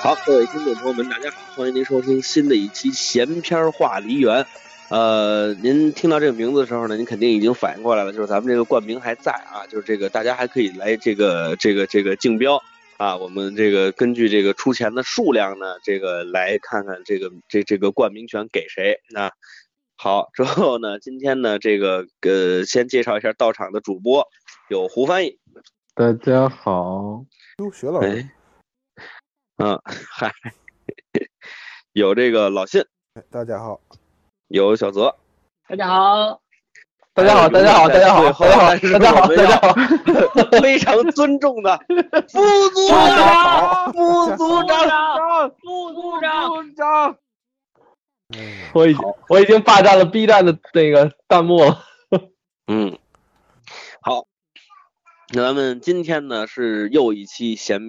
好，各位听众朋友们，大家好，欢迎您收听新的一期《闲篇话梨园》。呃，您听到这个名字的时候呢，您肯定已经反应过来了，就是咱们这个冠名还在啊，就是这个大家还可以来这个这个这个竞标啊。我们这个根据这个出钱的数量呢，这个来看看这个这这个冠名权给谁。那好，之后呢，今天呢，这个呃，先介绍一下到场的主播，有胡翻译，大家好，哟，哦学老师哎，嗯，嗨，有这个老信，哎大家好，有小泽， 大家好，大家好，大家好，大家好，大家好，大家好，大家好，非常尊重的副组大长，家好，副组长，长，副组长，嗯哎我已经我已经霸占了 B 站的那个弹幕了。嗯，好，那咱们今天呢是又一期闲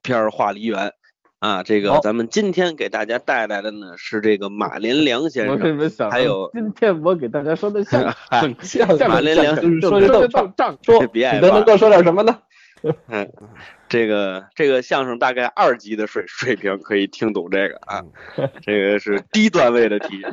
篇儿话梨园啊，这个好咱们今天给大家带来的呢是这个马连良先我生，跟你们想，还有今天我给大家说 的相声哎本相声，马连良就是正说这正道仗说，别你爱都能玩。够说点什么呢？这个这个相声大概二级的水水平可以听懂这个啊，这个是低段位的题啊。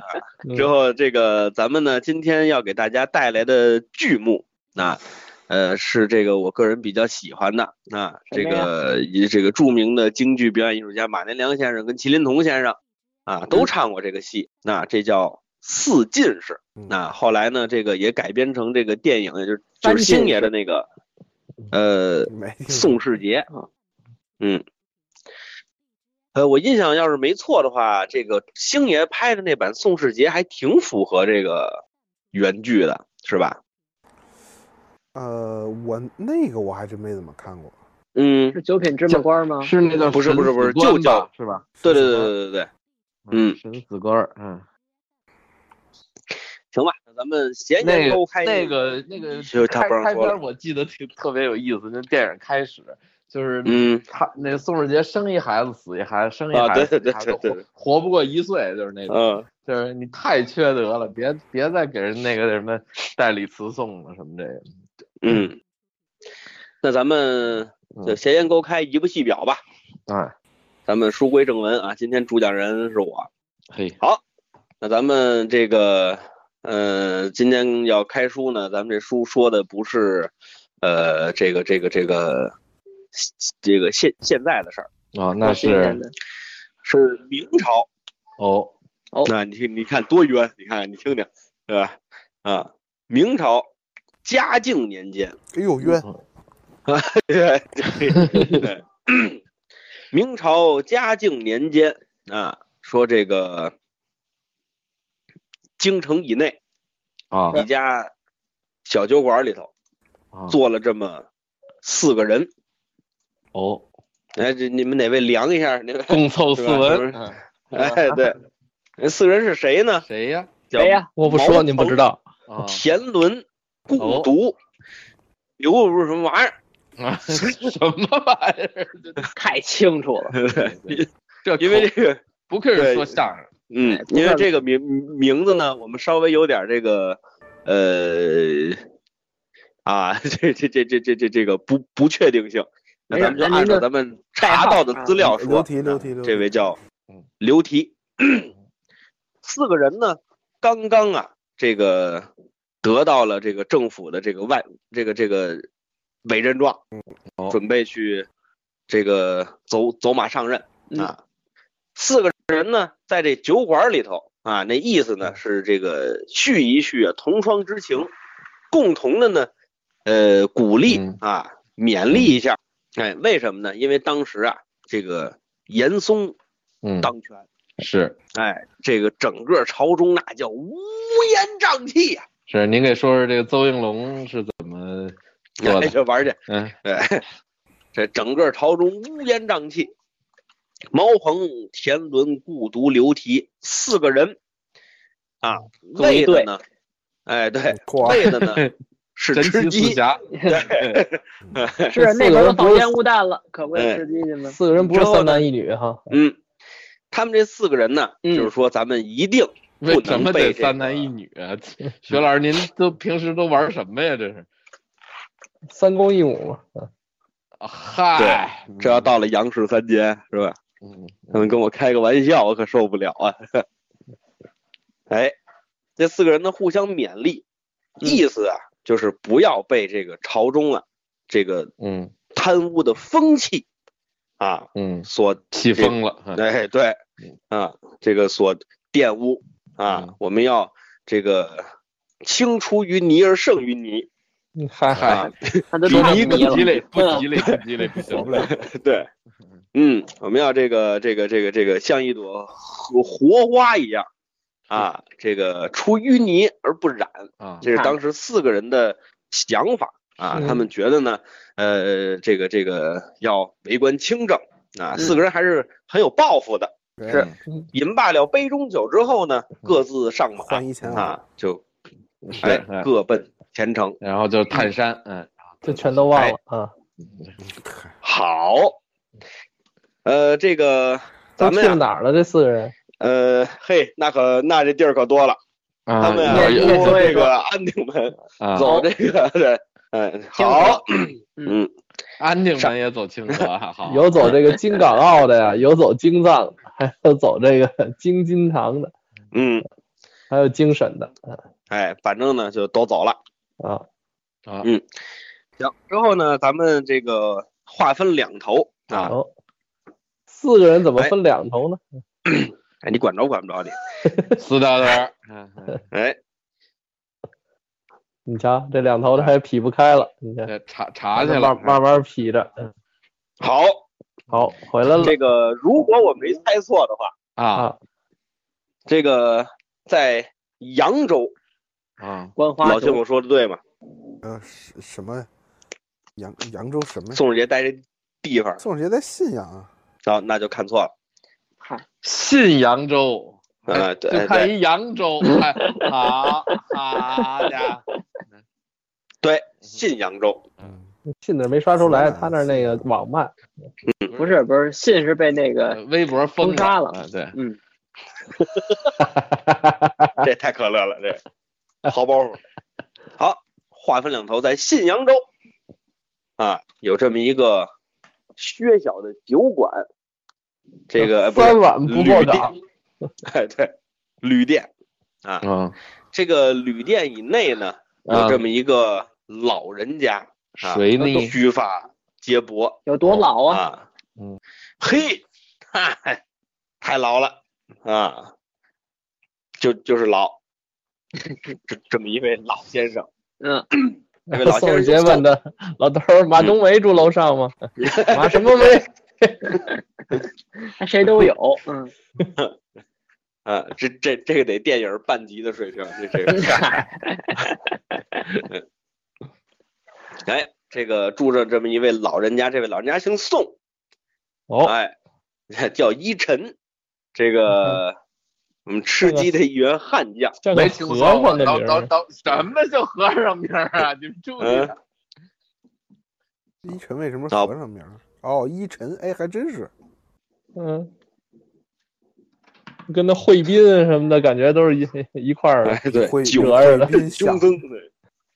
之后这个咱们呢，今天要给大家带来的剧目啊，呃，是这个我个人比较喜欢的啊，这个以这个著名的京剧表演艺术家马连良先生跟麒麟童先生啊都唱过这个戏，那、这叫。四进士，嗯那后来呢？这个也改编成这个电影，也就是就三是进星爷的那个，呃，没听宋世杰啊，嗯，呃，我印象要是没错的话，这个星爷拍的那版宋世杰还挺符合这个原剧的，是吧？呃，我那个我还真没怎么看过，嗯，是九品芝麻官吗？是那叫不是不是不是神死官就叫吧是吧？对对对对对对，嗯神死官儿，嗯，行吧，那咱们闲言那个多哎开那个那个其实他开不让开说篇了，我记得挺特别有意思，那电影开始就是嗯，他那宋世杰生一孩子死一孩子，生一啊孩对子死一孩子对对对对活活不过一岁，就是那种，嗯就是你太缺德了，别别再给人那个什么代理词送了什么这个。嗯，那咱们就嗯闲言勾开一部戏表吧，哎，咱们书归正文啊，今天主讲人是我，嘿，那咱们这个，呃，今天要开书呢，咱们这书说的不是，呃，这个这个这个，这个现现在的事儿，哦，那是是明朝。哦，那、你听，你看多冤，你看你听听，对吧？啊，明朝嘉靖年间，哎呦冤， 对对对，明朝嘉靖年间啊，说这个京城以内啊一家小酒馆里头。啊坐了这么四个人。哦，哎，这你们哪位量一下？那 位共凑是四吧文，是嗯哎，对，那四个人是谁呢？谁呀？叫谁哎呀？我不毛说您不鹏知道， 啊田伦、顾哦独、刘不是什么玩意儿，啊，什么玩意儿？ 太清楚 了，这因为口这个，不愧对是说相声，嗯哎，不因为算这个名名字呢，我们稍微有点这个，呃，啊， 这这这这这这这个不不确定性。那没事咱们就那您按照就咱们代查号到的啊资料说，刘提刘啊提刘这提位叫嗯刘提，四个人呢，刚刚啊，这个得到了这个政府的这个外这个这个委任状，哦准备去这个走走马上任嗯啊。四个人呢，在这酒馆里头啊，那意思嗯呢是这个叙一叙啊同窗之情，共同的呢，呃，鼓励嗯啊，勉励一下。哎，为什么呢？因为当时啊，这个严嵩嗯当权，是哎，这个整个朝中那叫乌烟瘴气啊呀、是，您给说说这个邹应龙是怎么做 哎的？这玩意儿去，嗯，对，这整个朝中乌烟瘴气。毛鹏、田伦、顾独、刘提四个人啊，组一为的队呢，哎，对，嚯为的呢是神吃奇四鸡，侠， 是那头放烟雾弹了，可不是吃鸡去吗？四个人不是三男一女哈，嗯，他们这四个人呢，嗯就是说咱们一定为不什能么被得这三个男一女啊？ 徐老师，您都平时都玩什么呀？这是三公一母嘛。啊嗨，这要到了杨氏三杰是吧？嗯，他们跟我开个玩笑，我可受不了啊！哎，这四个人呢互相勉励，意思啊就是不要被这个朝中啊这个嗯贪污的风气啊嗯，所气疯了，哎对啊这个所玷污啊嗯，我们要这个清除于泥而胜于泥嗨啊哎嗨，，他都比太你迷不了吉利，不嗯吉利，不吉利，不少行。不了。对，嗯，我们要这个这个这个这个像一朵活活花一样啊，这个出淤泥而不染，啊，这是当时四个人的想法啊。是他们觉得呢，呃，这个这个要为官清正啊，四个人还是很有抱负的。对饮罢了杯中酒之后呢，各自上马换一千二，啊，就是哎哎各奔前程。然后就探山，嗯，这全都忘了哎啊！嗯嗨好，呃，这个都咱们呀去哪儿了？这四个人呃，嘿，那可那这地儿可多了，他他们啊，那也由多一这个个安定门啊，走这个，对，嗯，清好，嗯嗯，安定门也走清河，好，有走这个京港澳的呀，有走京藏的，还有走这个 京津唐的，嗯，还有京沈的哎，反正呢就都走了。啊。啊行，之后呢，咱们这个划分两头啊，哦，四个人怎么分两头呢？哎，你管着管不着你，斯德哥，嗯嗯哎，你瞧，这两头的还劈不开了，你看，这查查去了，慢慢慢劈着。嗯好，好，回来了这个如果我没猜错的话，啊啊！这个在扬州，啊，观花老舅酒，我说的对吗？呃，什什么扬扬州什么呀？宋世杰待这地方，宋世杰在信阳啊，啊，那就看错了，嗨，信扬州，啊，就对哎看对一扬 州，哎好好家伙，对，信扬州，信那儿没刷出来，嗯他那儿那个网慢。嗯不是不是，信是被那个，微博封封杀了啊对，嗯，这太可乐了，这好包袱。好，划分两头，在信阳州啊，有这么一个薛小的酒馆，这个呃不三是碗不过旅岗店， 哎对，旅店啊，嗯这个旅店以内呢，有啊这么一个老人家，啊水嗯逆须发皆薄有多老啊？啊，嗯，嘿，嗨，太老了啊，就就是老， 这这么一位老先生。嗯，那位老先宋生世杰问的，老头儿马冬梅住楼上吗？ 马什么梅？还谁都有，嗯，啊，这这这个得电影半级的水平，这这 个， 哎，这个住着这么一位老人家，这位老人家姓宋，哦，哎，叫依晨，这嗯个我们吃鸡的一员悍将，像个没听和说过，尚的等名等儿。等，什么叫和尚名儿啊？你们注意嗯点，依晨为什么啊和尚名儿？哦，依晨，哎，还真是。嗯，跟那惠宾什么的感觉都是一一块儿的哎，对，会久折儿的宾像凶，增的，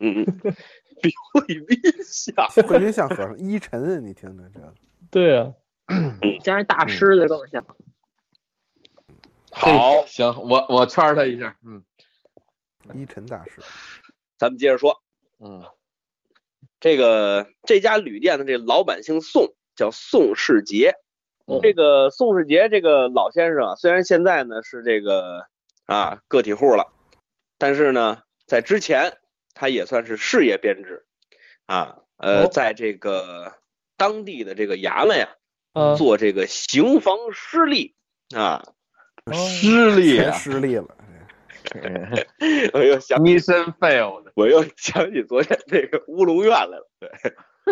嗯，嗯， 比惠宾像，会宾像和尚。依晨，啊你听听这个，对啊，加上嗯大狮子更像，好，行，我我圈他一下，嗯依晨大师，咱们接着说，嗯这个这家旅店的这老板姓宋，叫宋世杰嗯。这个宋世杰这个老先生啊，虽然现在呢是这个啊个体户了，但是呢，在之前他也算是事业编制啊，呃，哦在这个当地的这个衙门呀、啊，做这个刑房施吏啊，哦失利全啊，失利了。哎我又想 mission failed，我又想起昨天那个乌龙院来了，对，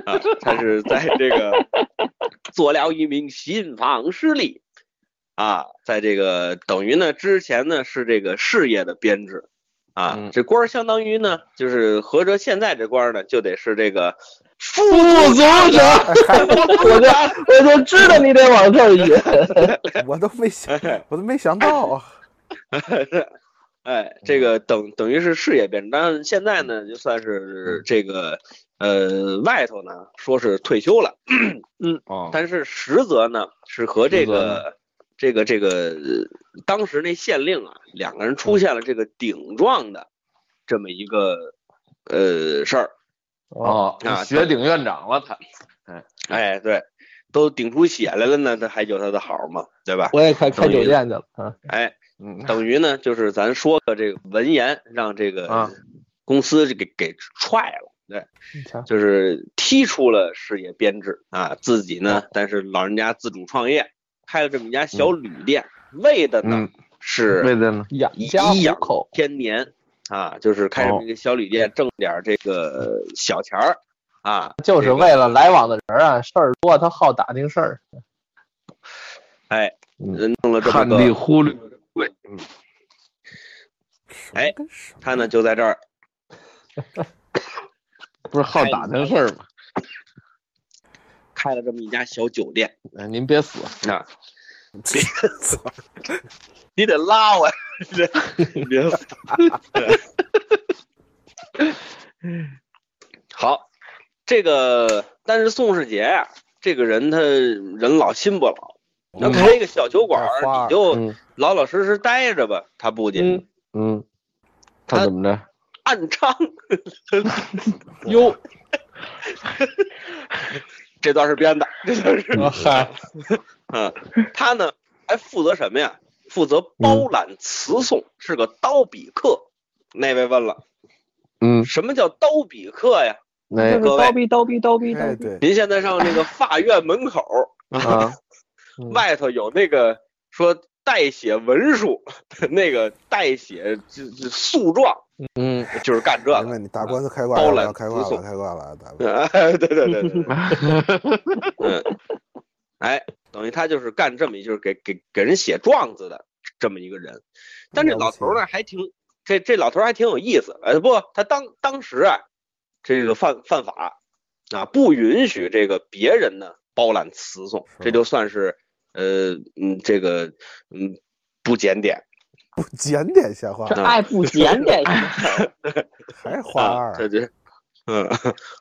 啊，他是在这个做了一名新房师吏，啊，在这个等于呢之前呢是这个事业的编制，啊嗯，这官儿相当于呢就是合着现在这官儿呢就得是这个副副组长，我就我就知道你得往这儿引。这 我都 没想，我都没想到啊。哎，这个等等于是事业编制，但是现在呢，就算是这个呃，外头呢说是退休了，哦，但是实则呢是和这个这个这个呃当时那县令啊两个人出现了这个顶撞的这么一个呃事儿。哦啊，学顶院长了他，哎，对，都顶出血来了呢，他还有他的好嘛，对吧？我也快开酒店去了啊。哎，嗯，等于呢就是咱说个这个文言，让这啊个公司给给踹了。对，你瞧，就是踢出了事业编制啊，自己呢，但是老人家自主创业，开了这么一家小旅店，为的呢嗯，是为的呢，养以家以糊养口，天年啊，就是开这么一个小旅店，挣点儿这个小钱儿啊，就是为了来往的人啊，事儿多，他好打听事儿。哎，人弄了这么旱地个，忽略贵，什哎么跟什么？他呢就在这儿，不是好打听事儿吗？开了这么一家小酒店哎，您别死，啊，别操！你得拉 我，别死。好，这个但是宋世杰呀、这个人他人老心不老，能开一个小酒馆儿，嗯你就嗯老老实实待着吧。他不仅嗯，嗯，他怎么着？暗娼，哟，这段是编的，这段哦是嗨，嗯，他呢还负责什么呀？负责包揽词颂，是个刀笔客。那位问了，嗯，什么叫刀笔客呀？那就是哎各位叨逼叨逼叨逼哎，叨逼，对，您现在上那个法院门口啊，嗯外头有那个说代写文书， 那个代写这这诉状，嗯，就是干这明个。白哎你打官司开挂包了，揽要开挂资送了，开挂了，打官啊， 对对对对，对嗯，哎，等于他就是干这么一，就是给给给人写状子的这么一个人。但这老头儿呢，还挺这这老头儿还挺有意思。呃，不，他当当时啊，这个犯犯法啊，不允许这个别人呢包揽词颂，这就算是呃嗯这个嗯不检点。不检点瞎话这，嗯 爱不检点，哎还是花啊二，这这，嗯，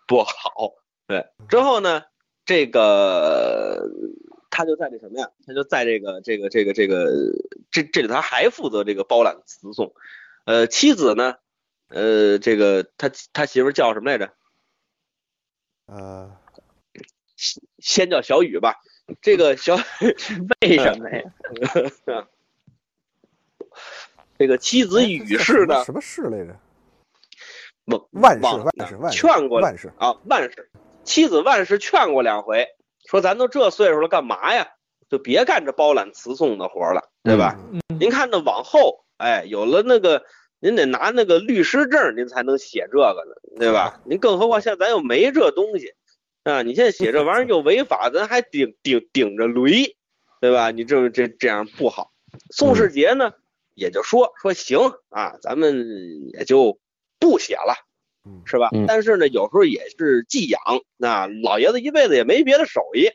不好。对，之后呢，这个他就在这什么呀？他就在这个这个这个这个这这里，头还负责这个包揽词颂。呃，妻子呢，呃，这个他他媳妇儿叫什么来着？呃，先叫小雨吧。这个小为什么呀？这个妻子雨氏呢，哎什么事来着？不万事忘了万事万事劝过万事啊，万氏妻子万氏劝过两回，说咱都这岁数了，干嘛呀？就别干这包揽词颂的活儿了，对吧？嗯您看那往后，哎，有了那个，您得拿那个律师证，您才能写这个呢，对嗯吧？您更何况现在咱又没这东西，啊，你现在写这 玩意儿又违法，咱还顶顶顶着驴，对吧？你这这这样不好。宋嗯世杰呢，也就说说行啊，咱们也就不写了嗯。是吧嗯？但是呢，有时候也是寄养。那老爷子一辈子也没别的手艺，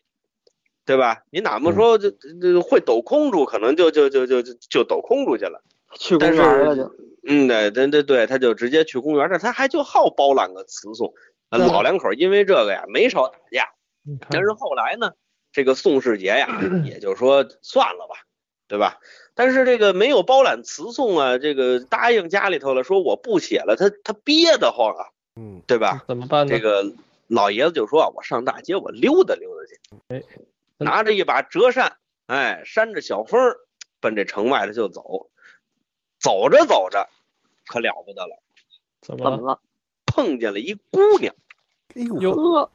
对吧？你哪嗯怕说这这这会抖空竹，可能就就就就就就抖空 竹去了。去公但是园了就，嗯，对对对对，他就直接去公园，但他还就好包揽个词颂。呃对嗯老两口因为这个呀没少打架，你看但是后来呢，这个宋世杰呀也就说算了吧，对吧？但是这个没有包揽词颂啊，这个答应家里头了，说我不写了，他他憋得慌啊，嗯，对吧？怎么办呢这？个老爷子就说啊，我上大街我溜达溜达去，嗯拿着一把折扇，哎，扇着小风儿，奔这城外头就走。走着走着，可了不得了，怎怎么么了？了？碰见了一姑娘，哎呦，嗯呵，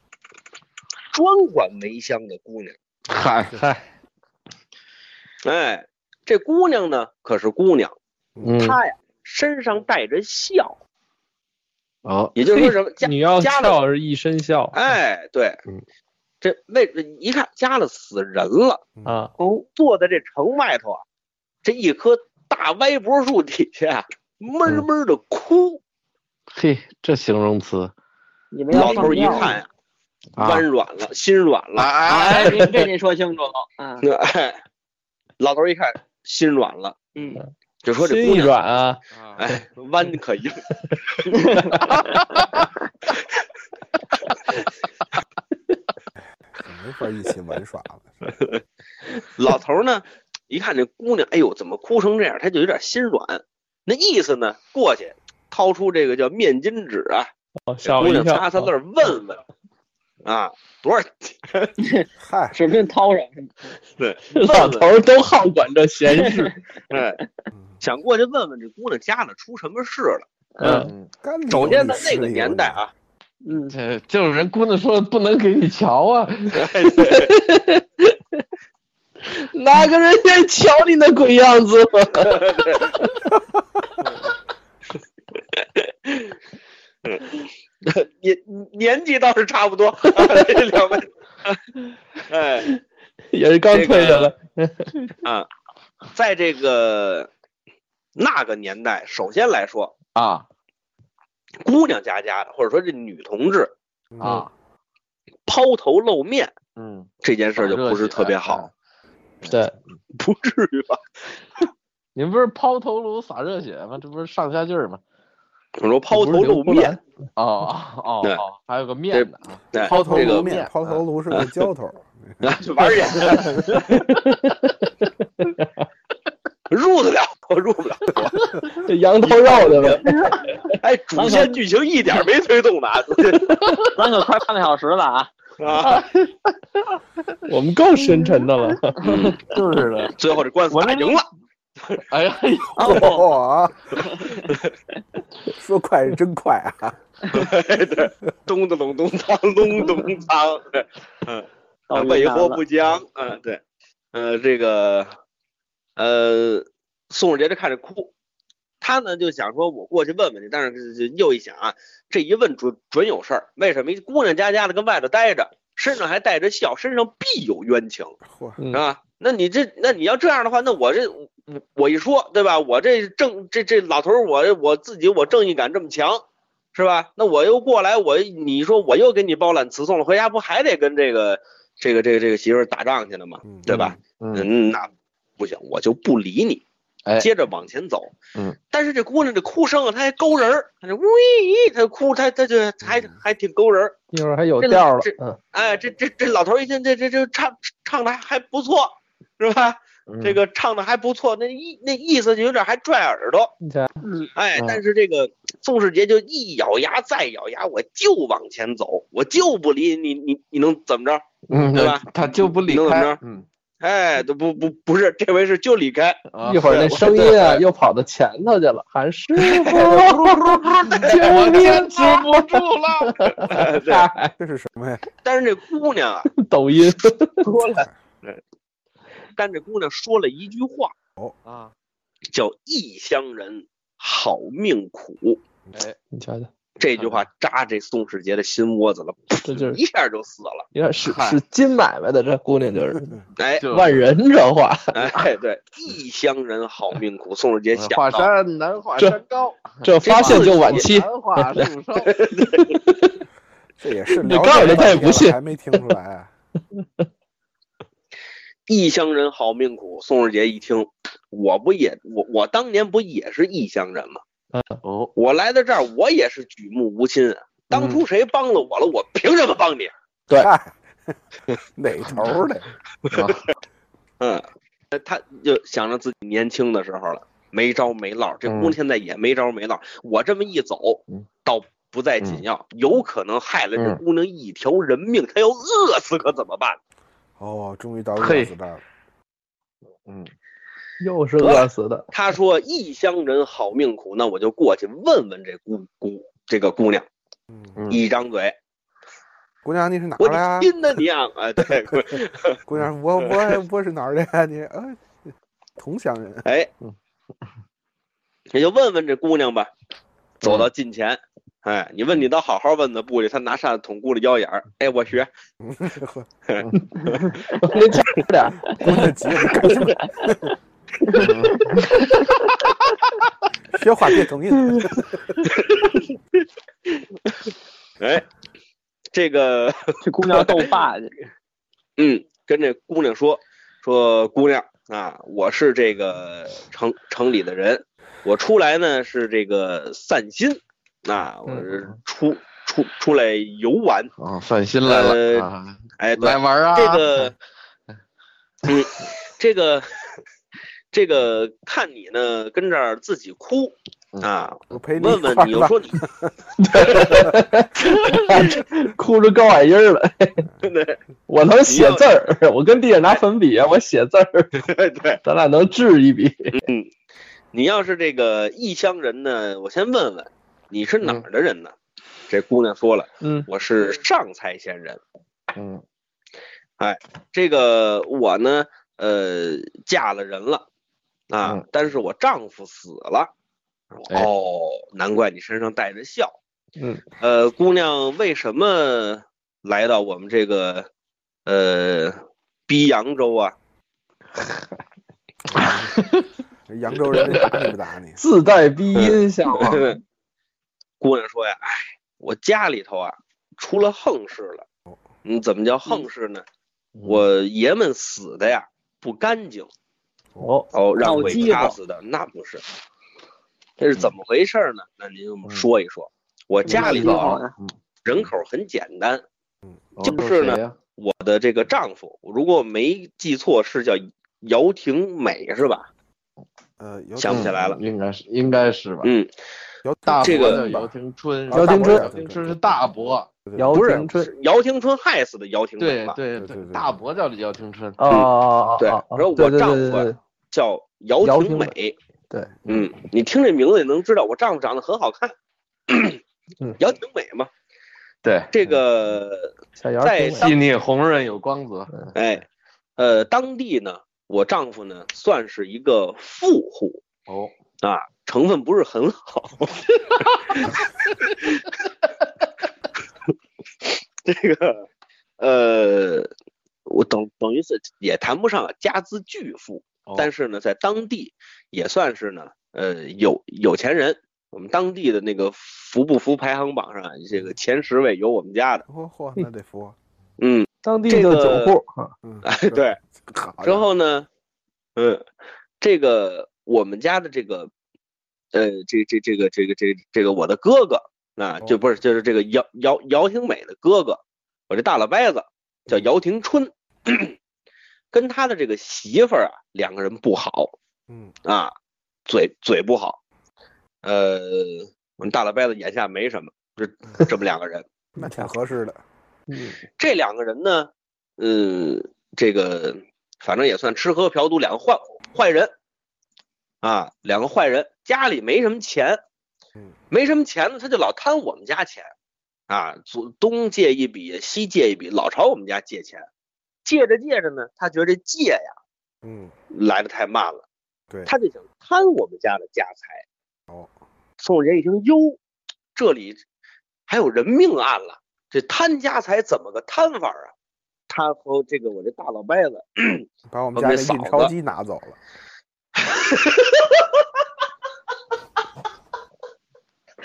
专管梅香的姑娘。嗨嗨，哎，这姑娘呢，可是姑娘，嗯，她呀身上带着笑，哦，也就是说什么加你要加了，笑是一身笑哎，对嗯，这为一看加了死人了。啊！哦，坐在这城外头啊，这一棵大歪脖树底下，啊闷闷的哭。嘿，这形容词你们要老放头一尿看呀，啊弯软了，心软了。哎，哎，您这你说清楚了啊， 那哎 老头一看心软了，嗯，就说这心姑一娘，软啊，哎，弯可硬。没法一起玩耍了。老头儿呢，一看这姑娘，哎呦，怎么哭成这样？他就有点心软。那意思呢，过去掏出这个叫面巾纸啊，哦给吓我姑一娘跳。擦擦泪儿，问问啊，多少钱？ 嗨，指不定掏上什么。 老头儿都好管这闲 事， 哎，嗯想过去问问这姑娘家里出什么事了。嗯，嗯，干净首先，在你那吃个一年代你 啊，嗯，这就是人姑娘说不能给你瞧啊，哪个人家瞧你那鬼样子？ 年年纪倒是差不 多，这两位，哎，啊也是刚退下来，在这个那个年代，首先来说，啊姑娘家家的，或者说这女同志嗯啊，抛头露面嗯，这件事儿就不是特别哎啊好，。 对，不至于吧？你们不是抛头颅洒热血吗？这不是上下句儿吗？我说抛头露面，哦哦对哦，还有个面呢啊，对，抛头这颅个面，哎抛头颅是哎个浇 头，就玩人，入得了，我入不了。这羊头肉对吧？哎，主线剧情一点没推动呢，咱可快半个小时了啊！啊，我们够深沉的 了。啊就是 的。 最后这官司我打这赢了，哎呀，哎呦哦，哇，啊 说快是真快啊！ 对，咚咚咚咚锵，咚咚锵，对到云南为祸了不僵。嗯、对，呃，这个，呃，宋世杰就看着哭，他呢就想说，我过去问问去，但是这这又一想啊，这一问准准有事儿，为什么？一姑娘家家的跟外头待着，身上还带着笑，身上必有冤情嚯，嗯啊。那你这，那你要这样的话，那我这我我一说，对吧？我这正这这老头儿，我我自己我正义感这么强，是吧？那我又过来，我你说我又给你包揽词送了，回家不还得跟这个这个这个这个媳妇儿打仗去了吗？嗯对吧？嗯，嗯，那不行，我就不理你。哎接着往前走。嗯，但是这姑娘这哭声啊，她还勾人儿，她这呜咦，她哭，她她这还还挺勾人儿。一会儿还有调了，嗯，哎，这这这老头儿一听，这这这唱唱的还还不错，是吧？嗯嗯这个唱的还不错，那意那意思就有点还拽耳朵。你瞧，哎嗯，但是这个宋世杰就一咬牙再咬牙，我就往前走，我就不理你，你你能怎么着？嗯，对吧？他就不理你能怎么开着，嗯哎，都不不不是，这回是就离开， 啊一，会儿那声音啊又跑到前头去了，喊 师哎傅，我救坚命！啊持不住 了。哎对。这是什么呀？但是这姑娘啊，抖音，多 了，但这姑娘说了一句话，啊，叫“异乡人好命苦哎， 你瞧瞧，”这句话扎这宋世杰的心窝子了，这就是 一下就死了。有点是嗨是金买卖的，这姑娘就是嗯哎就万人这话， 哎，对，“异乡人好命苦”，宋世杰 想呃华到，山难，华山高，这发现就晚期，难画树梢。这也是你聊告诉这他他也半天了不信还没听出来 啊。异乡人好命苦。宋世杰一听，我不也我我当年不也是异乡人吗？ 哦，我来到这儿，我也是举目无亲啊。当初谁帮了我了，我凭什么帮你？啊对嗨，哪头儿的？嗯，那他就想着自己年轻的时候了，没招没落。这姑娘现在也没招没落。我这么一走嗯，倒不再紧要，有可能害了这嗯姑娘一条人命。她要饿死可怎么办？哦，终于到嘿饿死这儿了。嗯，又是饿 死的，他说：“异乡人好命苦，那我就过去问问这姑姑这个姑娘。嗯，嗯一张嘴，姑娘，你是哪我儿的的啊？亲的娘！啊，对，姑娘，我我 我是哪儿的呀？你啊，同乡人。哎嗯，也就问问这姑娘吧。走到近前，哎，你问你倒好好问的不理，他拿扇子捅姑娘腰眼儿。哎，我学。”没讲点 儿，姑娘急了，干什么？ 学话别同意。哎，这个，去姑娘斗霸 去。嗯，跟这姑娘说，说姑娘啊，我是这个城城里的人，我出来呢是这个散心啊，我是出出出出来游玩。啊，散心来了，啊哎，对来，玩啊！这个，嗯，这个，这个，看你呢跟这儿自己哭啊，我陪你问一问块你儿又吧。说 你哭出高矮音儿了。 对我能写字儿，我跟地上拿粉笔，啊我写字儿，对，咱俩能治 一笔。你要是这个异乡人呢，我先问问你是哪儿的人呢？这姑娘说了，嗯我是上蔡县人。嗯这个我呢，呃，嫁了人了啊，嗯但是我丈夫死了。哎哦，难怪你身上带着笑。嗯，？呃，姑娘为什么来到我们这个呃逼扬州啊？扬州人得打你不打你自带鼻音效 啊。姑娘说呀，哎，我家里头啊出了横事了。嗯，怎么叫横事呢？我爷们死的呀不干净。哦，哦，让闹鬼饥掐荒死的那不是，这是怎么回事呢？那您我们说一说。我家里头啊呀，人口很简单，就是呢我的这个丈夫，如果我没记错是叫姚婷美是吧？呃，有想不起来了嗯应该是应该是吧？嗯，有大伯这个叫姚庭春，姚庭春姚庭春是大伯，姚不是庭春，姚庭春害死的姚庭美对吧？对对对对大伯叫姚庭春，哦哦哦，对哦然后我对对丈夫啊对对对叫姚姚婷婷美美。对，嗯，你听这名字也能知道，我丈夫长得很好看嗯，姚婷美嘛。对，这个小姚在庭细腻红润有光泽，嗯哎，呃，当地呢，我丈夫呢算是一个富户哦，啊，成分不是很好。这个，呃，我等等于是也谈不上家资巨富，哦但是呢，在当地也算是呢，呃，有有钱人。我们当地的那个服不服排行榜上啊，这个前十位有我们家的。嚯嚯，那得服。嗯，当地就这个酒户啊，嗯， 对，好之家伙后呢，嗯，这个我们家的这个，呃，这这这个这个这个这个我的哥哥，那就不是就是这个姚姚姚廷美的哥哥，我这大老伯子叫姚廷春，跟他的这个媳妇儿啊，两个人不好嗯，啊，嘴嘴不好，呃，我们大老伯子眼下没什么，这这么两个人，那挺合适的。这两个人呢，嗯，这个反正也算吃喝嫖赌两个坏坏人啊，两个坏人，家里没什么钱嗯，没什么钱呢，他就老贪我们家钱啊，左东借一笔，西借一笔，老朝我们家借钱，借着借着呢，他觉得这借呀嗯，来的太慢了，对他就想贪我们家的家财。哦，宋小杰一听，哟，这里还有人命案了，这贪家财怎么个贪法啊？他和这个我这大老伯子，把我们我家被的扫印钞了机拿走了。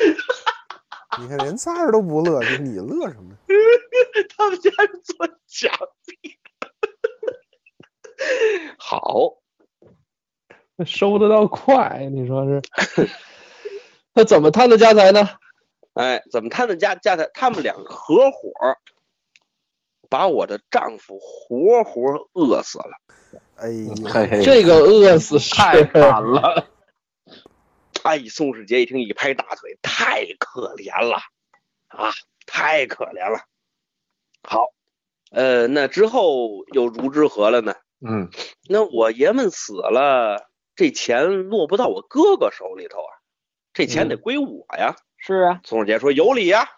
你看，人仨人都不乐，你你乐什么？他们家是做假币的。好， 收得到快，你说是？ 那怎么贪的家财呢？哎，怎么他们家家财？他们两个合伙儿把我的丈夫活活饿死了。哎呦，嘿嘿，这个饿死是太 惨了，哎，宋世杰一听一拍大腿，太可怜了啊，太可怜了。好，呃，那之后又如之何了呢？嗯，那我爷们死了，这钱落不到我哥哥手里头啊，这钱得归我呀。是啊，宋世杰说有理呀，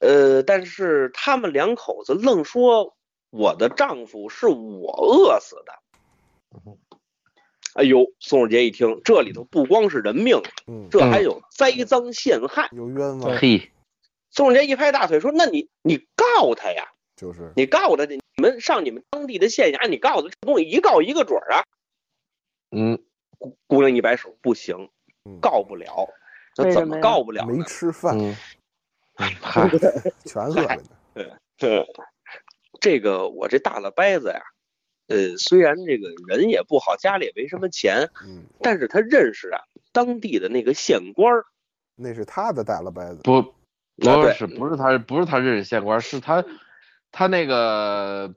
呃，但是他们两口子愣说我的丈夫是我饿死的。哎呦，宋世杰一听，这里头不光是人命，嗯，这还有栽赃陷害。有冤枉，嘿，宋世杰一拍大腿说：“那你你告他呀，就是你告他，你们上你们当地的县衙，你告他，这东西一告一个准儿啊。嗯，”姑娘一摆手，不行嗯，告不了。为那什怎么呀告不了没呢？吃 饭，嗯，嗨，全饿着呢。嗯，这个我这大了掰子呀，呃，虽然这个人也不好，家里也没什么钱，嗯，但是他认识啊当地的那个县官儿。那是他的大了白子。不啊不对是不是他不是他认识县官，是他他那个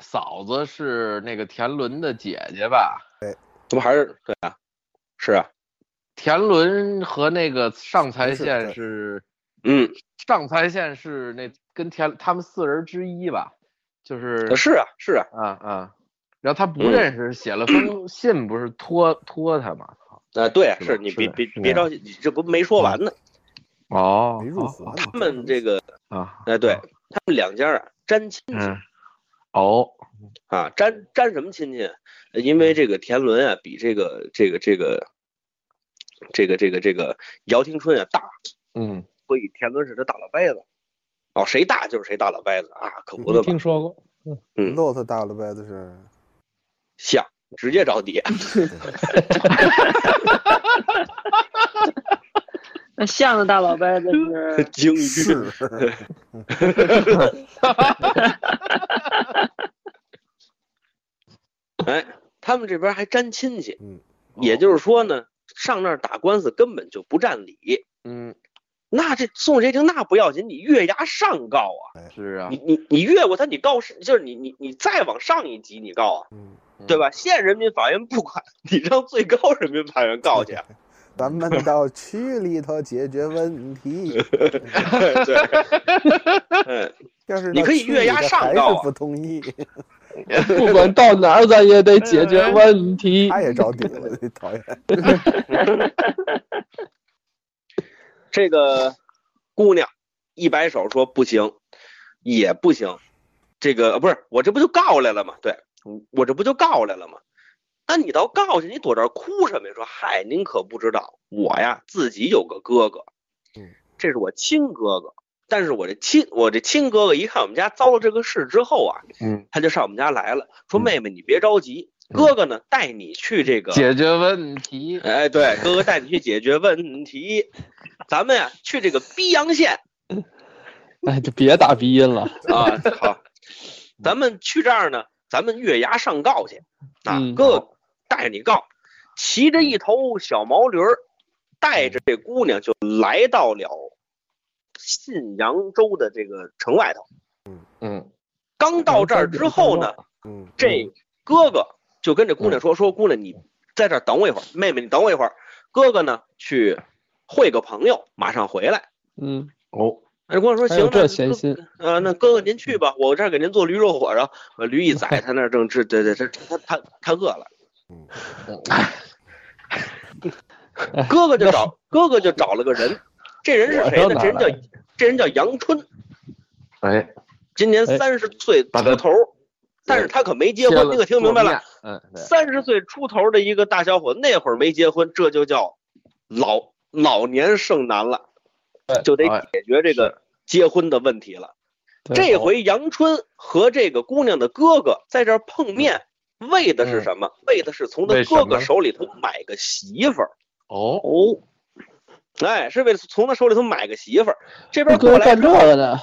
嫂子是那个田伦的姐姐吧？怎么还是对啊？是啊，田伦和那个上才不是县对是嗯，上才县是那跟田他们四人之一吧？就是是啊，是啊，啊啊，然后他不嗯认识，写了封 信，不是拖拖他吗？啊，对，是是的你是别的别是的嗯别着急，你这不没说完呢。哦没入伙呢。他们这个，啊，哎，对他们两家啊，沾亲戚嗯，哦，啊，沾沾什么亲戚？呃因为这个田伦啊，比这个这个这个这个这个这个姚廷春啊大，嗯，所以田伦是他大老伯子。哦，谁大就是谁大老伯子啊，可不的嘛听，说过，嗯骆驼大了呗，这是。 像直接找爹。那像的大宝贝就是京剧是，哎他们这边还沾亲戚，也是就是说呢，上那儿打官司根本就不占理。嗯，那这宋谁庭那不要紧，你越崖上告啊，是啊你，你你越过他，你告是就是你你你再往上一级你告啊，嗯，对吧？县人民法院不管，你让最高人民法院告去 啊，咱们到区里头解决问 题。对， 嗯，要是你到可以区越里压头上还告是啊不同意，不管到哪儿咱也得解哎决问题。他也着底了，这讨厌。这个姑娘一摆手说不行，也不行。这个呃不是我这不就告来了吗？对，我这不就告来了吗？那你倒告去，你躲这儿哭什么呀？说嗨，您可不知道，我呀自己有个哥哥嗯，这是我亲哥哥。但是我这亲我这亲哥哥一看我们家遭了这个事之后啊，嗯，他就上我们家来了，说嗯妹妹你别着急，哥哥呢带你去这个解决问题，哎，对，哥哥带你去解决问题。咱们呀、去这个逼阳县哎，就别打鼻音了。啊，好，咱们去这儿呢，咱们越崖上告去啊，嗯哥哥带着你告，骑着一头小毛驴儿，带着这姑娘就来到了信阳州的这个城外头。嗯，刚到这儿之后呢，嗯，这哥哥就跟这姑娘说：“说姑娘，你在这儿等我一会儿，妹妹你等我一会儿。”哥哥呢去会个朋友，马上回来。嗯，哦，那姑娘哎说：“还有行，这那闲哥心，呃，那哥哥您去吧，我这儿给您做驴肉火烧。呃，驴一 宰，他那儿正吃，对对，这他他他饿了。嗯 哥哥就 找哥哥就找了个人，这人是谁呢？这人叫这人叫杨春，哎，今年三十岁出头，但是他可没结切婚。了你可听明白了？做面，嗯，对，三十岁出头的一个大小伙，那会儿没结婚，这就叫老老年剩男了，就得哎解决这个结婚的问题了。对啊这回杨春和这个姑娘的哥哥在这儿嗯碰面，为的是什么？为的是从他为什哥么哥呢手里头买个媳妇儿。哦，哦，哎，是为了从他手里头买个媳妇儿。这边这过哥来干之这后，个呢？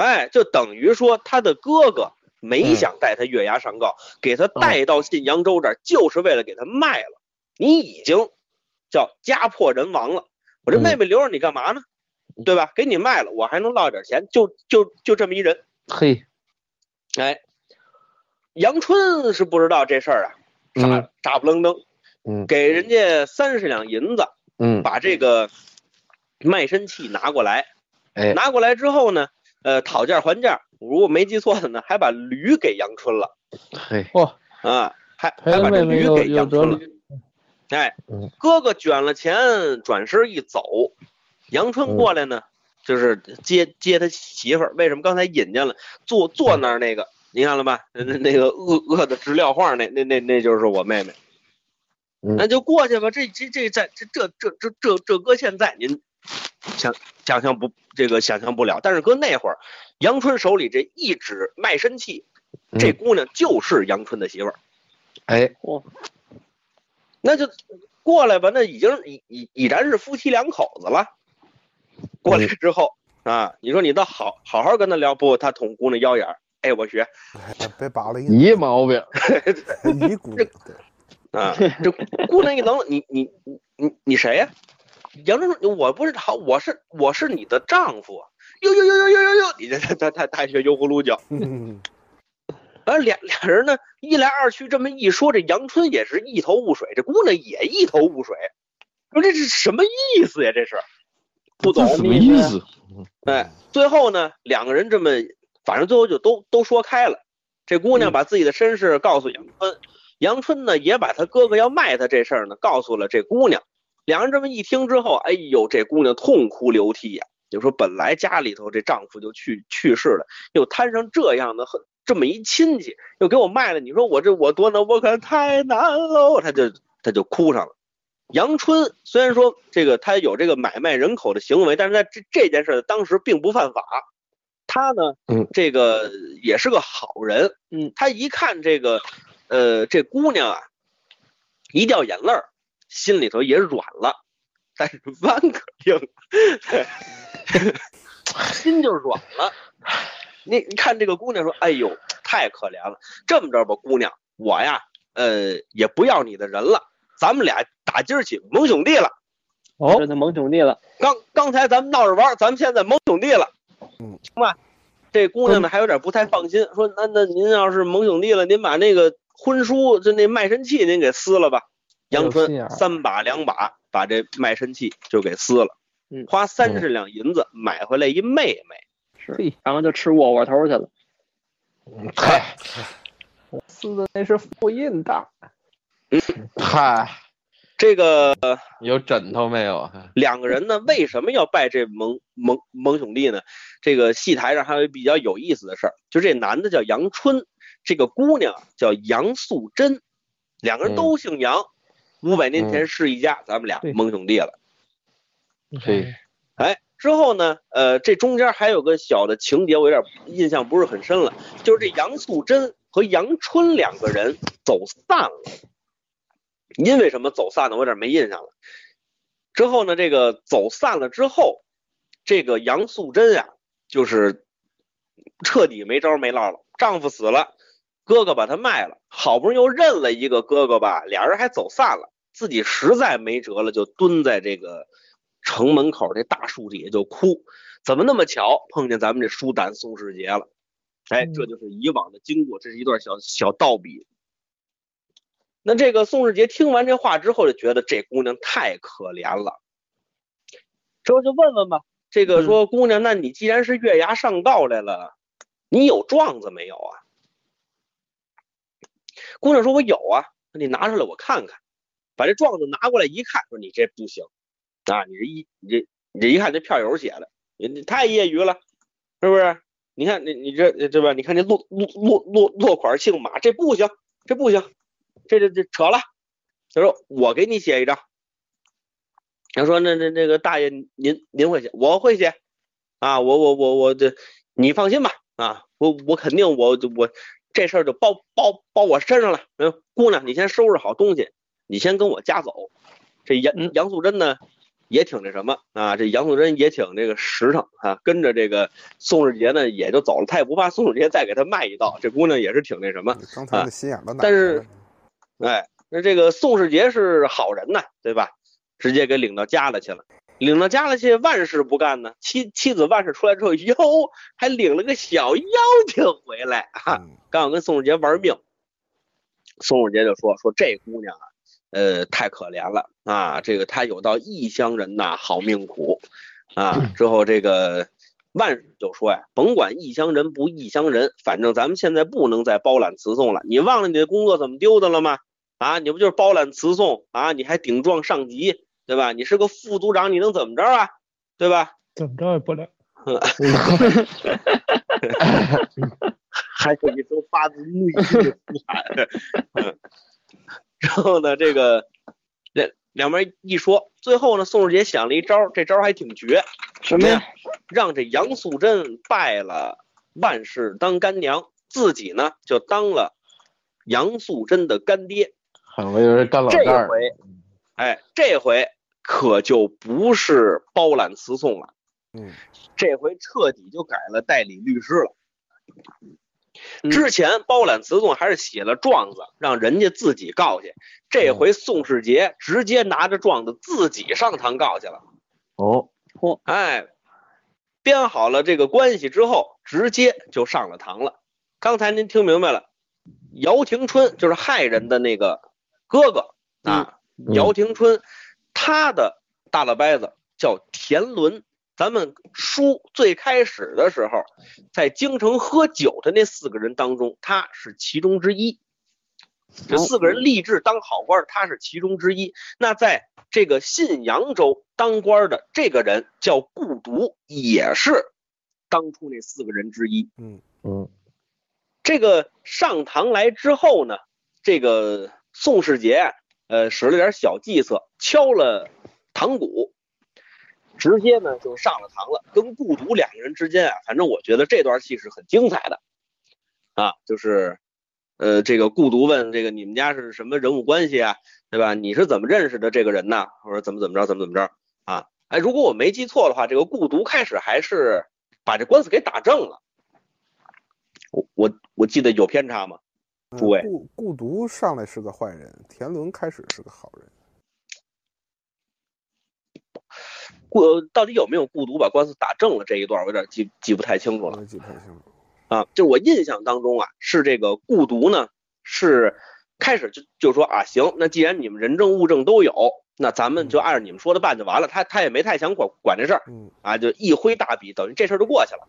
哎，就等于说他的哥哥嗯没想带他越崖上告，给他带到信扬州这儿，就是为了给他卖了。你已经叫家破人亡了，我这嗯妹妹留着你干嘛呢？对吧？给你卖了，我还能落点钱，就就就这么一人。嘿，哎，杨春是不知道这事儿啊，嗯傻傻不愣登，嗯给人家三十两银子，嗯，把这个卖身契拿过来，哎拿过来之后呢，呃，讨价还价，如果没记错的呢，还把驴给杨春了嘿，哇，啊，还陪还把这妹妹驴又给又杨得春了了。，哎嗯，哥哥卷了钱，转身一走，杨嗯春过来呢，就是接接他媳妇儿。为什么刚才引见了？坐坐那儿那个，你看了吧？那那那个饿饿的直撂话，那那那那就是我妹妹。嗯那就过去吧，这这这在这这这这这这搁现在您想想象不这个想象不了，但是搁那会儿，杨春手里这一指卖身契，这嗯姑娘就是杨春的媳妇儿。哎，那就过来吧，那已经已已已然是夫妻两口子了。过来之后啊，你说你倒好好好跟他聊，不，他捅姑娘腰眼儿，哎，我学哎别拔了一一毛病，一股，对，啊，这姑娘一愣，你你你你你谁呀、杨春说，我不是好，我是我是你的丈夫，啊呦呦呦呦呦呦呦，你这他他他他学油葫芦叫。嗯完俩俩人呢，一来二去这么一说，这杨春也是一头雾水，这姑娘也一头雾水，说这是什么意思呀？这是不懂什么意思？哎，最后呢，两个人这么，反正最后就都都说开了。这姑娘把自己的身世告诉杨春，杨春呢也把他哥哥要卖他这事儿呢告诉了这姑娘。两人这么一听之后，哎呦，这姑娘痛哭流涕呀、就说本来家里头这丈夫就去去世了，又摊上这样的很这么一亲戚，又给我卖了，你说我这我多难，我可太难喽。她就她就哭上了。杨春虽然说这个他有这个买卖人口的行为，但是在这这件事儿当时并不犯法。他呢，嗯，这个也是个好人，嗯，他一看这个，呃，这姑娘啊，一掉眼泪儿，心里头也软了，但是弯可硬，心就软了。你你看这个姑娘说：“哎呦，太可怜了。这么着吧，姑娘，我呀，呃，也不要你的人了，咱们俩打今儿起盟兄弟了。哦这，他盟兄弟了，刚刚才咱们闹着玩儿，咱们现在盟兄弟了。嗯，行吧。这姑嗯娘呢还有点不太放心，说：那那您要是盟兄弟了，您把那个婚书就那卖身契您给撕了吧。杨哎呦心眼春儿三把两把把这卖身契就给撕了嗯，花三十两银子买回来一妹妹。是嘿，然后就吃窝窝头去了。嗨撕的那是复印袋，嗨，这个有枕头没有？啊两个人呢，为什么要拜这盟盟盟兄弟呢？这个戏台上还有一比较有意思的事儿，就这男的叫杨春，这个姑娘叫杨素贞，两个人都姓杨，五百年前是一家，咱们俩对盟兄弟了。嘿，哎，之后呢，呃，这中间还有个小的情节，我有点印象不是很深了，就是这杨素贞和杨春两个人走散了，因为什么走散了，我有点没印象了。之后呢，这个走散了之后，这个杨素贞啊，就是彻底没招没落了，丈夫死了，哥哥把她卖了，好不容易又认了一个哥哥吧，俩人还走散了，自己实在没辙了，就蹲在这个城门口这大树底下就哭。怎么那么巧碰见咱们这舒胆宋世杰了？哎，这就是以往的经过，这是一段小小道笔。那这个宋世杰听完这话之后，就觉得这姑娘太可怜了，之后就问问吧。这个说姑娘，那你既然是月牙上道来了，你有状子没有啊？姑娘说：“我有啊。”那你拿出来我看看。把这状子拿过来一看，说：“你这不行啊，你这一你这你这一看这票友写的，你你太业余了，是不是？你看你你这对吧？你看这落落落落落款姓马，这不行，这不行，这这这扯了。”他说：“我给你写一张。”他说：“那那那个大爷，您您会写，我会写，啊，我我我我这，你放心吧，啊，我我肯定我我这事儿就包包包我身上了。嗯，姑娘，你先收拾好东西，你先跟我家走。这杨嗯杨素贞呢，也挺那什么啊，这杨素贞也挺这个实诚啊，跟着这个宋世杰呢也就走了，他也不怕宋世杰再给他卖一道。这姑娘也是挺那什么，刚才那心眼儿都哪啊但来是了哎，那这个宋世杰是好人呐，对吧？直接给领到家里去了。领到家里去，万事不干呢。妻妻子万事出来之后，哟，还领了个小妖精回来啊！嗯刚好跟宋世杰玩命。宋世杰就说：“说这姑娘啊，呃，太可怜了啊！这个她有道异乡人呐，好命苦啊。之后这个万就说呀，甭管异乡人不异乡人，反正咱们现在不能再包揽词讼了。你忘了你的工作怎么丢的了吗？啊，你不就是包揽词讼啊？你还顶撞上级，对吧？你是个副组长，你能怎么着啊？对吧？怎么着也不了。还有一声发自内心的呼喊。 嗯然后呢，这个两两边一说，最后呢，宋世杰想了一招，这招还挺绝，什么呀？让这杨素贞拜了万氏当干娘，自己呢就当了杨素贞的干爹。我以为是干嗯老这丈人。回，哎，这回可就不是包揽词讼了，嗯，这回彻底就改了代理律师了。嗯之前包揽词讼还是写了状子，让人家自己告去。这回宋世杰直接拿着状子自己上堂告去了。哦，哎，编好了这个关系之后，直接就上了堂了。刚才您听明白了，姚廷春就是害人的那个哥哥啊，姚廷春，他的大老伯子叫田伦。咱们书最开始的时候，在京城喝酒的那四个人当中，他是其中之一。这四个人立志当好官，他是其中之一。那在这个信阳州当官的这个人叫顾独，也是当初那四个人之一。嗯嗯，这个上堂来之后呢，这个宋世杰呃使了点小计策，敲了堂鼓。直接呢就上了堂了，跟顾独两个人之间啊，反正我觉得这段戏是很精彩的，啊，就是，呃，这个顾独问这个你们家是什么人物关系啊，对吧？你是怎么认识的这个人呢？或者怎么怎么着，怎么怎么着啊？哎，如果我没记错的话，这个顾独开始还是把这官司给打正了，我我我记得有偏差吗？诸位，嗯顾顾独上来是个坏人，田伦开始是个好人。顾呃到底有没有顾独把官司打正了这一段，我有点记记不太清楚了。记不太清楚啊，就我印象当中啊，是这个顾独呢是开始就就说啊，行，那既然你们人证物证都有，那咱们就按照你们说的办就完了。他他也没太想管管这事儿嗯啊，就一挥大笔，等于这事儿就过去了。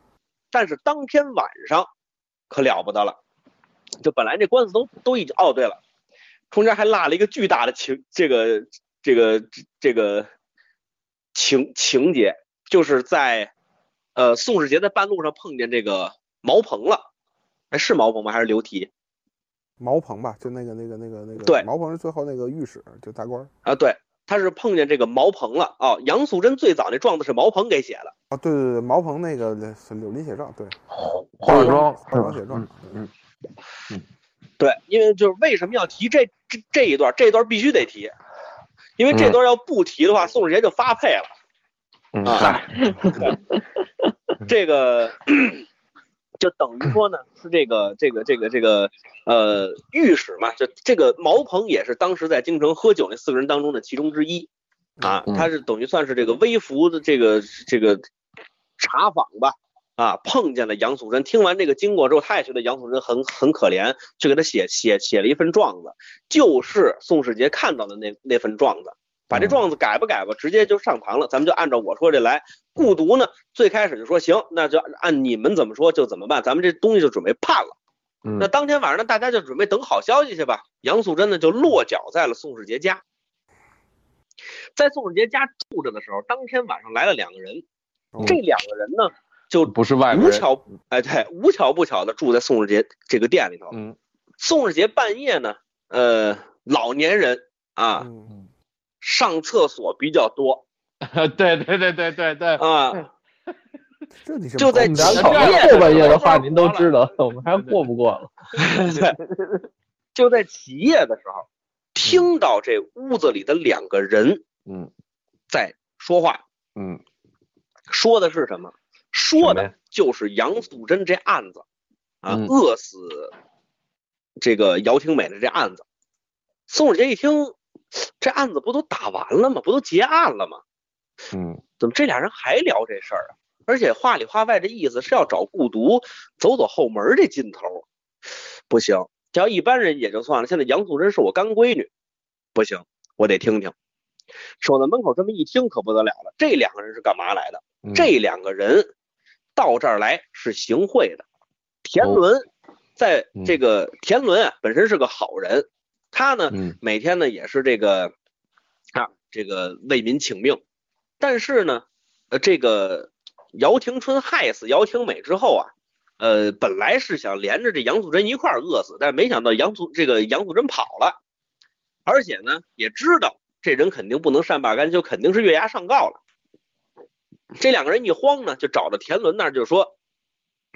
但是当天晚上可了不得了，就本来这官司都都已经哦，对了，中间还落了一个巨大的情这个这个这个。情情节就是在，呃，宋世杰在半路上碰见这个毛鹏了，哎，是毛鹏吗？还是刘提？毛鹏吧，就那个那个那个那个，对毛鹏是最后那个御史，就大官儿啊，对，他是碰见这个毛鹏了。哦，杨素贞最早那状子是毛鹏给写的，啊，对对对，毛鹏那个是柳林写照，对，化妆化妆写照，嗯，对，因为就是为什么要提这这这一段，这一段必须得提，因为这段要不提的话，宋世杰就发配了。嗯，啊嗨，这个就等于说呢，是这个这个这个这个呃御史嘛，就这个毛鹏也是当时在京城喝酒那四个人当中的其中之一啊，嗯他是等于算是这个微服的这个这个查访吧。啊，碰见了杨素贞，听完这个经过之后，他也觉得杨素贞很很可怜，就给他写写写了一份状子，就是宋世杰看到的那那份状子，把这状子改吧改吧，直接就上堂了，咱们就按照我说这来。顾独呢，最开始就说行，那就按你们怎么说就怎么办，咱们这东西就准备判了。嗯那当天晚上呢，大家就准备等好消息去吧。杨素贞呢就落脚在了宋世杰家，在宋世杰家住着的时候，当天晚上来了两个人，哦这两个人呢就不是外国无人，巧哎对，无巧不巧的住在宋世杰这个店里头。嗯宋世杰半夜呢，呃，老年人啊嗯上厕所比较多 对对对对对对，啊，这你是就在我们俩前讨论面后半夜的话，您都知道，我们还过不过了？就在起夜的时候，听到这屋子里的两个人嗯在说话，嗯，说的是什么？说什么呀的就是杨素贞这案子啊，嗯饿死这个姚廷美的这案子。宋世杰一听，这案子不都打完了吗？不都结案了吗？嗯怎么这俩人还聊这事儿啊？而且话里话外这意思是要找顾独走走后门儿这劲头儿，不行。只要一般人也就算了，现在杨素贞是我干闺女，不行，我得听听。守在门口这么一听可不得了了，这两个人是干嘛来的？嗯，这两个人到这儿来是行贿的。田哦伦在嗯这个田伦啊，本身是个好人，他呢嗯每天呢也是这个啊这个为民请命，但是呢，呃，这个姚廷春害死姚廷美之后啊，呃，本来是想连着这杨素贞一块儿饿死，但是没想到杨素这个杨素贞跑了，而且呢也知道这人肯定不能善罢甘休，肯定是越崖上告了。这两个人一慌呢，就找到田伦那儿就说：“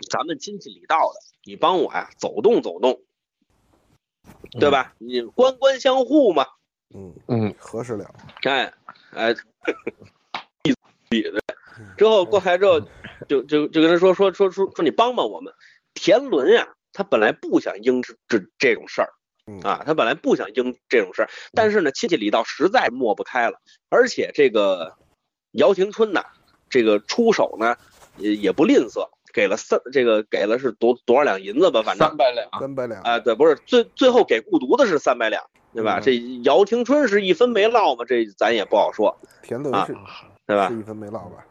咱们亲戚里道的，你帮我呀、走动走动，对吧？你官官相护嘛，嗯嗯合适了，哎哎，一嘴的。之后过来之后，就就就跟他说说说说说你帮帮我们。田伦呀、他本来不想应这这这种事儿嗯啊，他本来不想应这种事儿，但是呢，亲戚李道实在抹不开了，而且这个姚廷春呐、这个出手呢也也不吝啬，给了三这个给了是多多少两银子吧，反正三百两，三百两啊、对，不是最最后给顾独的是三百两，对吧？嗯这姚廷春是一分没落嘛，这咱也不好说，田伦啊是对吧？是一分没落吧？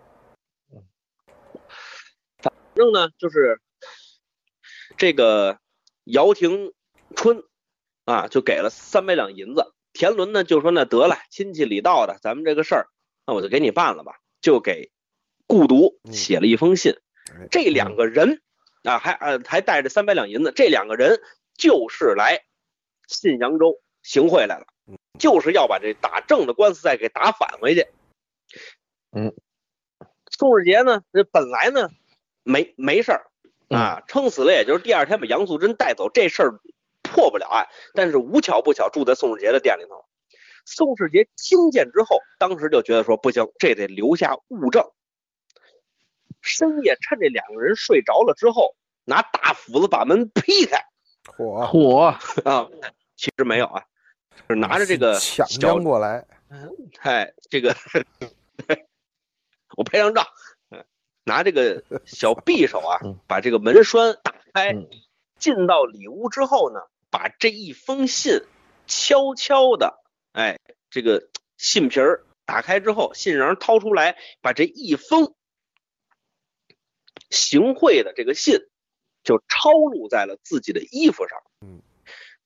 反正呢，就是这个姚廷春啊，就给了三百两银子。田伦呢就说那得了，亲戚里道的，咱们这个事儿，那我就给你办了吧，就给顾独嗯写了一封信。哎这两个人啊，还呃还带着三百两银子，这两个人就是来信扬州行贿来了，就是要把这打正的官司再给打返回去。嗯，宋世杰呢，这本来呢没没事儿啊，撑死了也就是第二天把杨素贞带走，这事儿破不了案。但是无巧不巧，住在宋世杰的店里头。宋世杰听见之后，当时就觉得说不行，这得留下物证。深夜趁这两个人睡着了之后，拿大斧子把门劈开 嚯，嚯，啊，其实没有啊，就是拿着这个 抢小将过来，嗯哎，这个我拍张照，嗯拿这个小匕首啊嗯，把这个门栓打开嗯，进到里屋之后呢，把这一封信悄悄的，哎，这个信皮儿打开之后，信瓤掏出来，把这一封行贿的这个信就抄录在了自己的衣服上。嗯，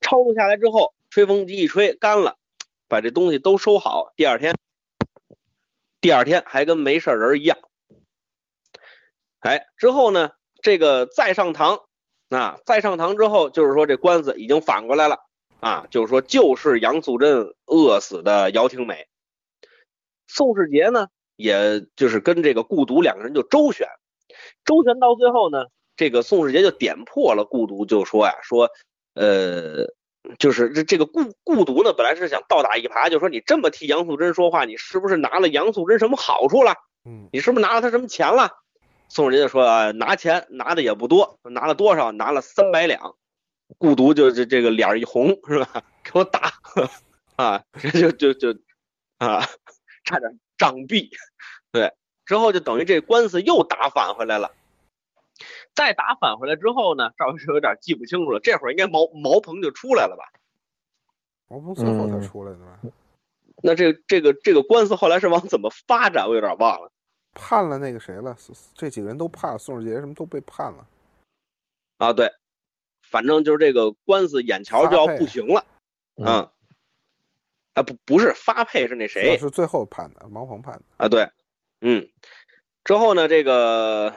抄录下来之后，吹风机一吹干了，把这东西都收好。第二天，第二天还跟没事儿人一样。哎，之后呢，这个再上堂，啊，再上堂之后，就是说这官司已经反过来了啊，就是说就是杨素贞饿死的姚廷美。宋世杰呢，也就是跟这个顾独两个人就周旋，周旋到最后呢，这个宋世杰就点破了顾独，就说呀、说，呃，就是这这个顾顾独呢，本来是想倒打一耙，就说你这么替杨素贞说话，你是不是拿了杨素贞什么好处了？嗯，你是不是拿了他什么钱了？宋世杰就说啊，拿钱拿的也不多，拿了多少？拿了三百两。顾独就这这个脸儿一红是吧？ 给我打啊！就就就啊，差点长臂。对，之后就等于这官司又打返回来了。再打返回来之后呢，赵云就有点记不清楚了。这会儿应该毛毛鹏就出来了吧？毛鹏最后才嗯出来的吧？那这这个这个官司后来是往怎么发展，我有点忘了。判了那个谁了，宋这几个人都判了，宋世杰什么都被判了。啊，对，反正就是这个官司眼瞧就要不行了，发配嗯，啊不不是发配是那谁是最后判的，毛鹏判的。啊？对，嗯，之后呢，这个，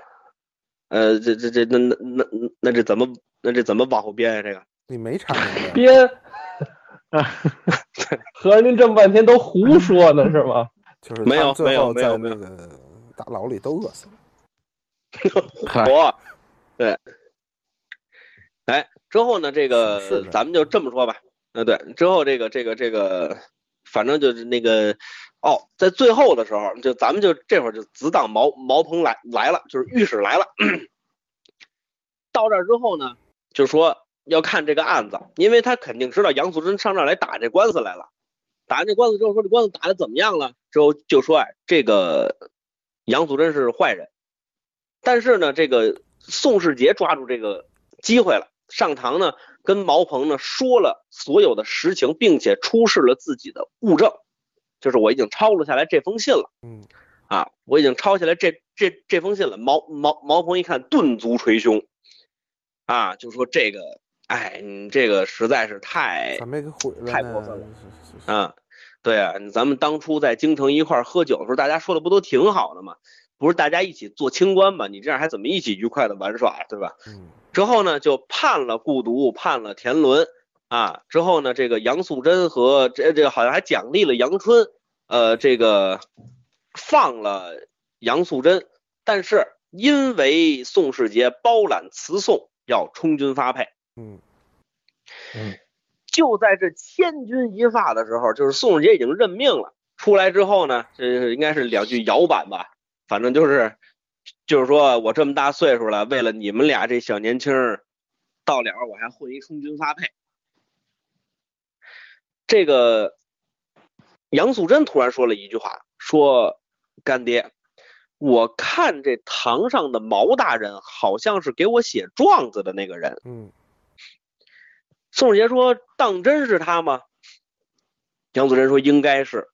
呃，这这这那那那那这怎么那这怎么往后编啊？这个你 没查明白？ 编。合着您这么半天都胡说呢是吗？ 就是没有他们最后没有在没有那个大牢里都饿死了。嗨，我，对，哎，之后呢，这个是的咱们就这么说吧，呃，对，之后这个这个这个，反正就是那个，哦，在最后的时候，就咱们就这会儿就只当毛毛鹏来来了，就是御史来了， 到这儿之后呢，就说要看这个案子，因为他肯定知道杨素贞上这儿来打这官司来了，打完这官司之后说这官司打的怎么样了，之后就说哎，这个杨素贞是坏人。但是呢，这个宋世杰抓住这个机会了，上堂呢跟毛鹏呢说了所有的实情，并且出示了自己的物证，就是我已经抄录下来这封信了。嗯，啊，我已经抄下来这这这封信了。毛毛毛鹏一看，顿足捶胸，啊，就说这个，哎，你这个实在是太咋没给毁了呢？哎太过分了是，是是啊，对啊，咱们当初在京城一块儿喝酒的时候，大家说的不都挺好的吗？不是大家一起做清官吗？你这样还怎么一起愉快的玩耍呀，对吧？嗯，之后呢，就判了顾独，判了田伦啊。之后呢，这个杨素贞和这这好像还奖励了杨春，呃，这个放了杨素贞，但是因为宋世杰包揽词讼，要充军发配。嗯，就在这千钧一发的时候，就是宋世杰已经认命了。出来之后呢，这应该是两句摇板吧，反正就是，就是说我这么大岁数了，为了你们俩这小年轻儿，到了我还混一充军发配。这个杨素贞突然说了一句话，说干爹，我看这堂上的毛大人好像是给我写状子的那个人。嗯，宋世杰说：“当真是他吗？”杨子仁说：“应该是。”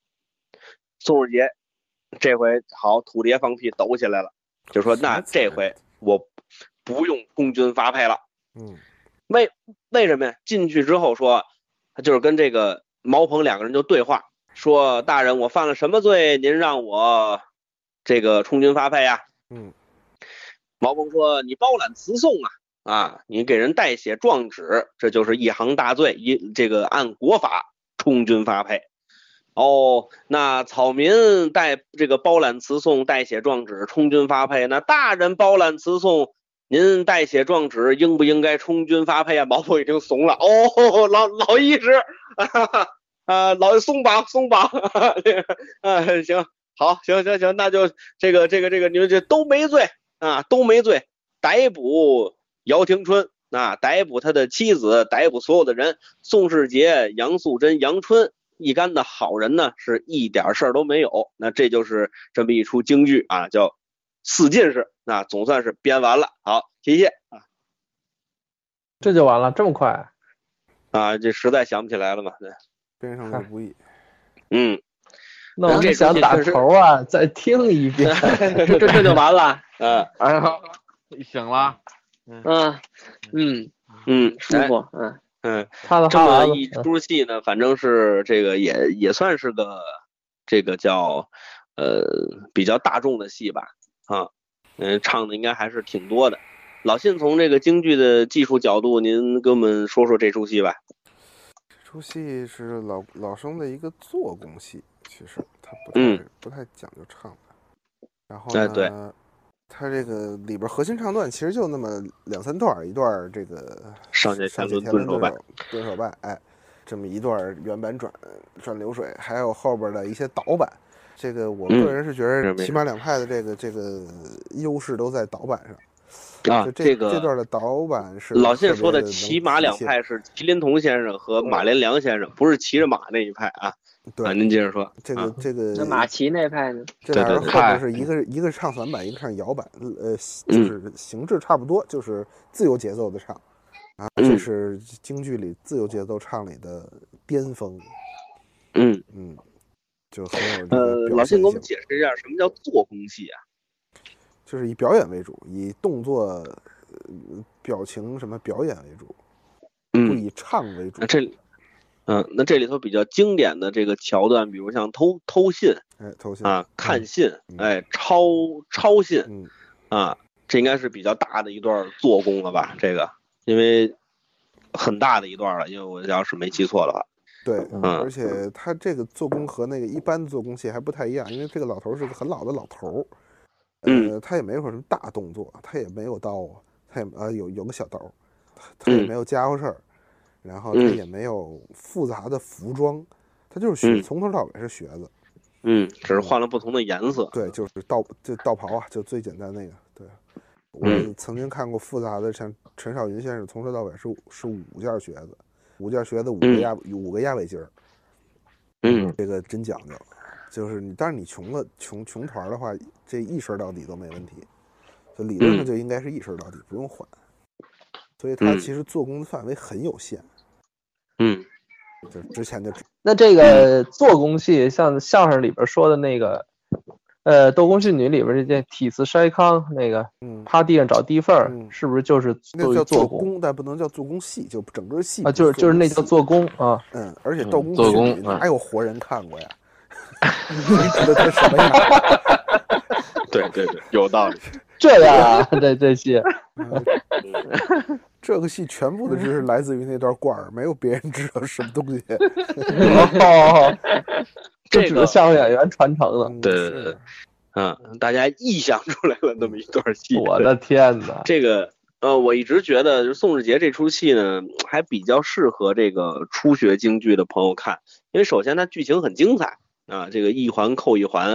宋世杰这回好，土鳖放屁抖起来了，就说：“那这回我不用公军发配了。”嗯，为为什么呀？进去之后说，他就是跟这个毛鹏两个人就对话，说：“大人，我犯了什么罪？您让我。”这个充军发配啊，嗯，毛鹏说：“你包揽词讼啊，啊，你给人代写状纸，这就是一行大罪，一这个按国法充军发配。哦，那草民代这个包揽词讼，代写状纸，充军发配。那大人包揽词讼，您代写状纸，应不应该充军发配啊？”毛鹏已经怂了，哦，老老医师， 哈哈啊，老松绑松绑， 哈哈啊，行。好，行行行，那就这个这个这个，你们这都没罪啊，都没罪。逮捕姚廷春啊，逮捕他的妻子，逮捕所有的人，宋世杰、杨素贞、杨春一干的好人呢，是一点事儿都没有。那这就是这么一出京剧啊，叫《四进士》，那总算是编完了。好，谢谢啊，这就完了，这么快？啊，这实在想不起来了嘛，对，边上的不易，嗯。那我就想打头啊，再听一遍，这这就完了。嗯哎呀，醒了，嗯嗯，嗯，舒哎服。嗯，嗯。擦了嗯这哈么喇一子。出戏呢，反正是这个也也算是个这个叫呃比较大众的戏吧啊，嗯、唱的应该还是挺多的。老信从这个京剧的技术角度，您跟我们说说这出戏吧。这出戏是老老生的一个做工戏，其实他不太、嗯不太讲究唱的。然后哎呢，对他这个里边核心唱段其实就那么两三段儿，一段儿这个上下上天下伦天蹲伦手拜，蹲手拜，哎，这么一段儿原版转转流水，还有后边的一些导板。这个我嗯个人是觉是得，没起码两派的这个这个优势都在导板上。啊就，这这这个段的导板是老特信别说的能骑马两体现，派是麒麟童先生和马连良先生，不是骑着马那一派啊。啊，对您接着说。这个啊这个那马奇那派呢？ 这对俩对人对嗯后嗨边是一个是一个是唱散板，一个唱摇板，呃，就是形制差不多，就是自由节奏的唱。啊，这嗯是京剧里自由节奏唱里的巅峰，嗯，嗯，就很有这呃个，表老信嗯现给我们性，解释一下什么叫做工戏啊？就是以表演为主，以动作、呃表情什么表演为主，不嗯，以唱为主那。这里，嗯，那这里头比较经典的这个桥段，比如像偷偷信哎，头衔，啊、看信，嗯哎，抄抄信嗯，啊，这应该是比较大的一段做工了吧？这个，因为很大的一段了，因为我要是没记错的话，对，嗯而且他这个做工和那个一般做工戏还不太一样，因为这个老头儿是个很老的老头儿，嗯呃，他也没有什么大动作，他也没有刀啊，他也呃有有个小刀儿，他也嗯没有家伙事儿，然后他嗯也没有复杂的服装，他就是学嗯从头到尾是学的，嗯，只是换了不同的颜色，对，就是道就道袍啊，就最简单那个，对。我嗯曾经看过复杂的，像陈少云先生从头到尾是是五件儿靴子，五件儿靴子五个嗯压五个压尾筋儿，嗯这个真讲究，就是你，但是你穷了穷穷团儿的话，这一身到底都没问题，就理论嗯上就应该是一身到底，不用换。所以它嗯其实做工的范围很有限，嗯就是之前就那这个做工戏，像相声里边说的那个，呃，《斗公训女》里边这件体词筛糠，那个嗯，趴地上找地缝儿，嗯是不是就是那作叫于做工工，但不能叫做工戏，就整个戏啊？就是就是那叫叫做工啊。嗯，而且斗嗯工做戏工里嗯哪有哎活人看过呀？ 谁知道他什么样？ 对对对，有道理，这样 啊，这这些，这个戏全部的知识来自于那段罐儿，没有别人知道什么东西。哦，这这只个是相声演员传承的。嗯对是对对嗯，大家臆想出来了那么一段戏，我的天哪！这个呃，我一直觉得就是宋世杰这出戏呢，还比较适合这个初学京剧的朋友看，因为首先它剧情很精彩啊，这个一环扣一环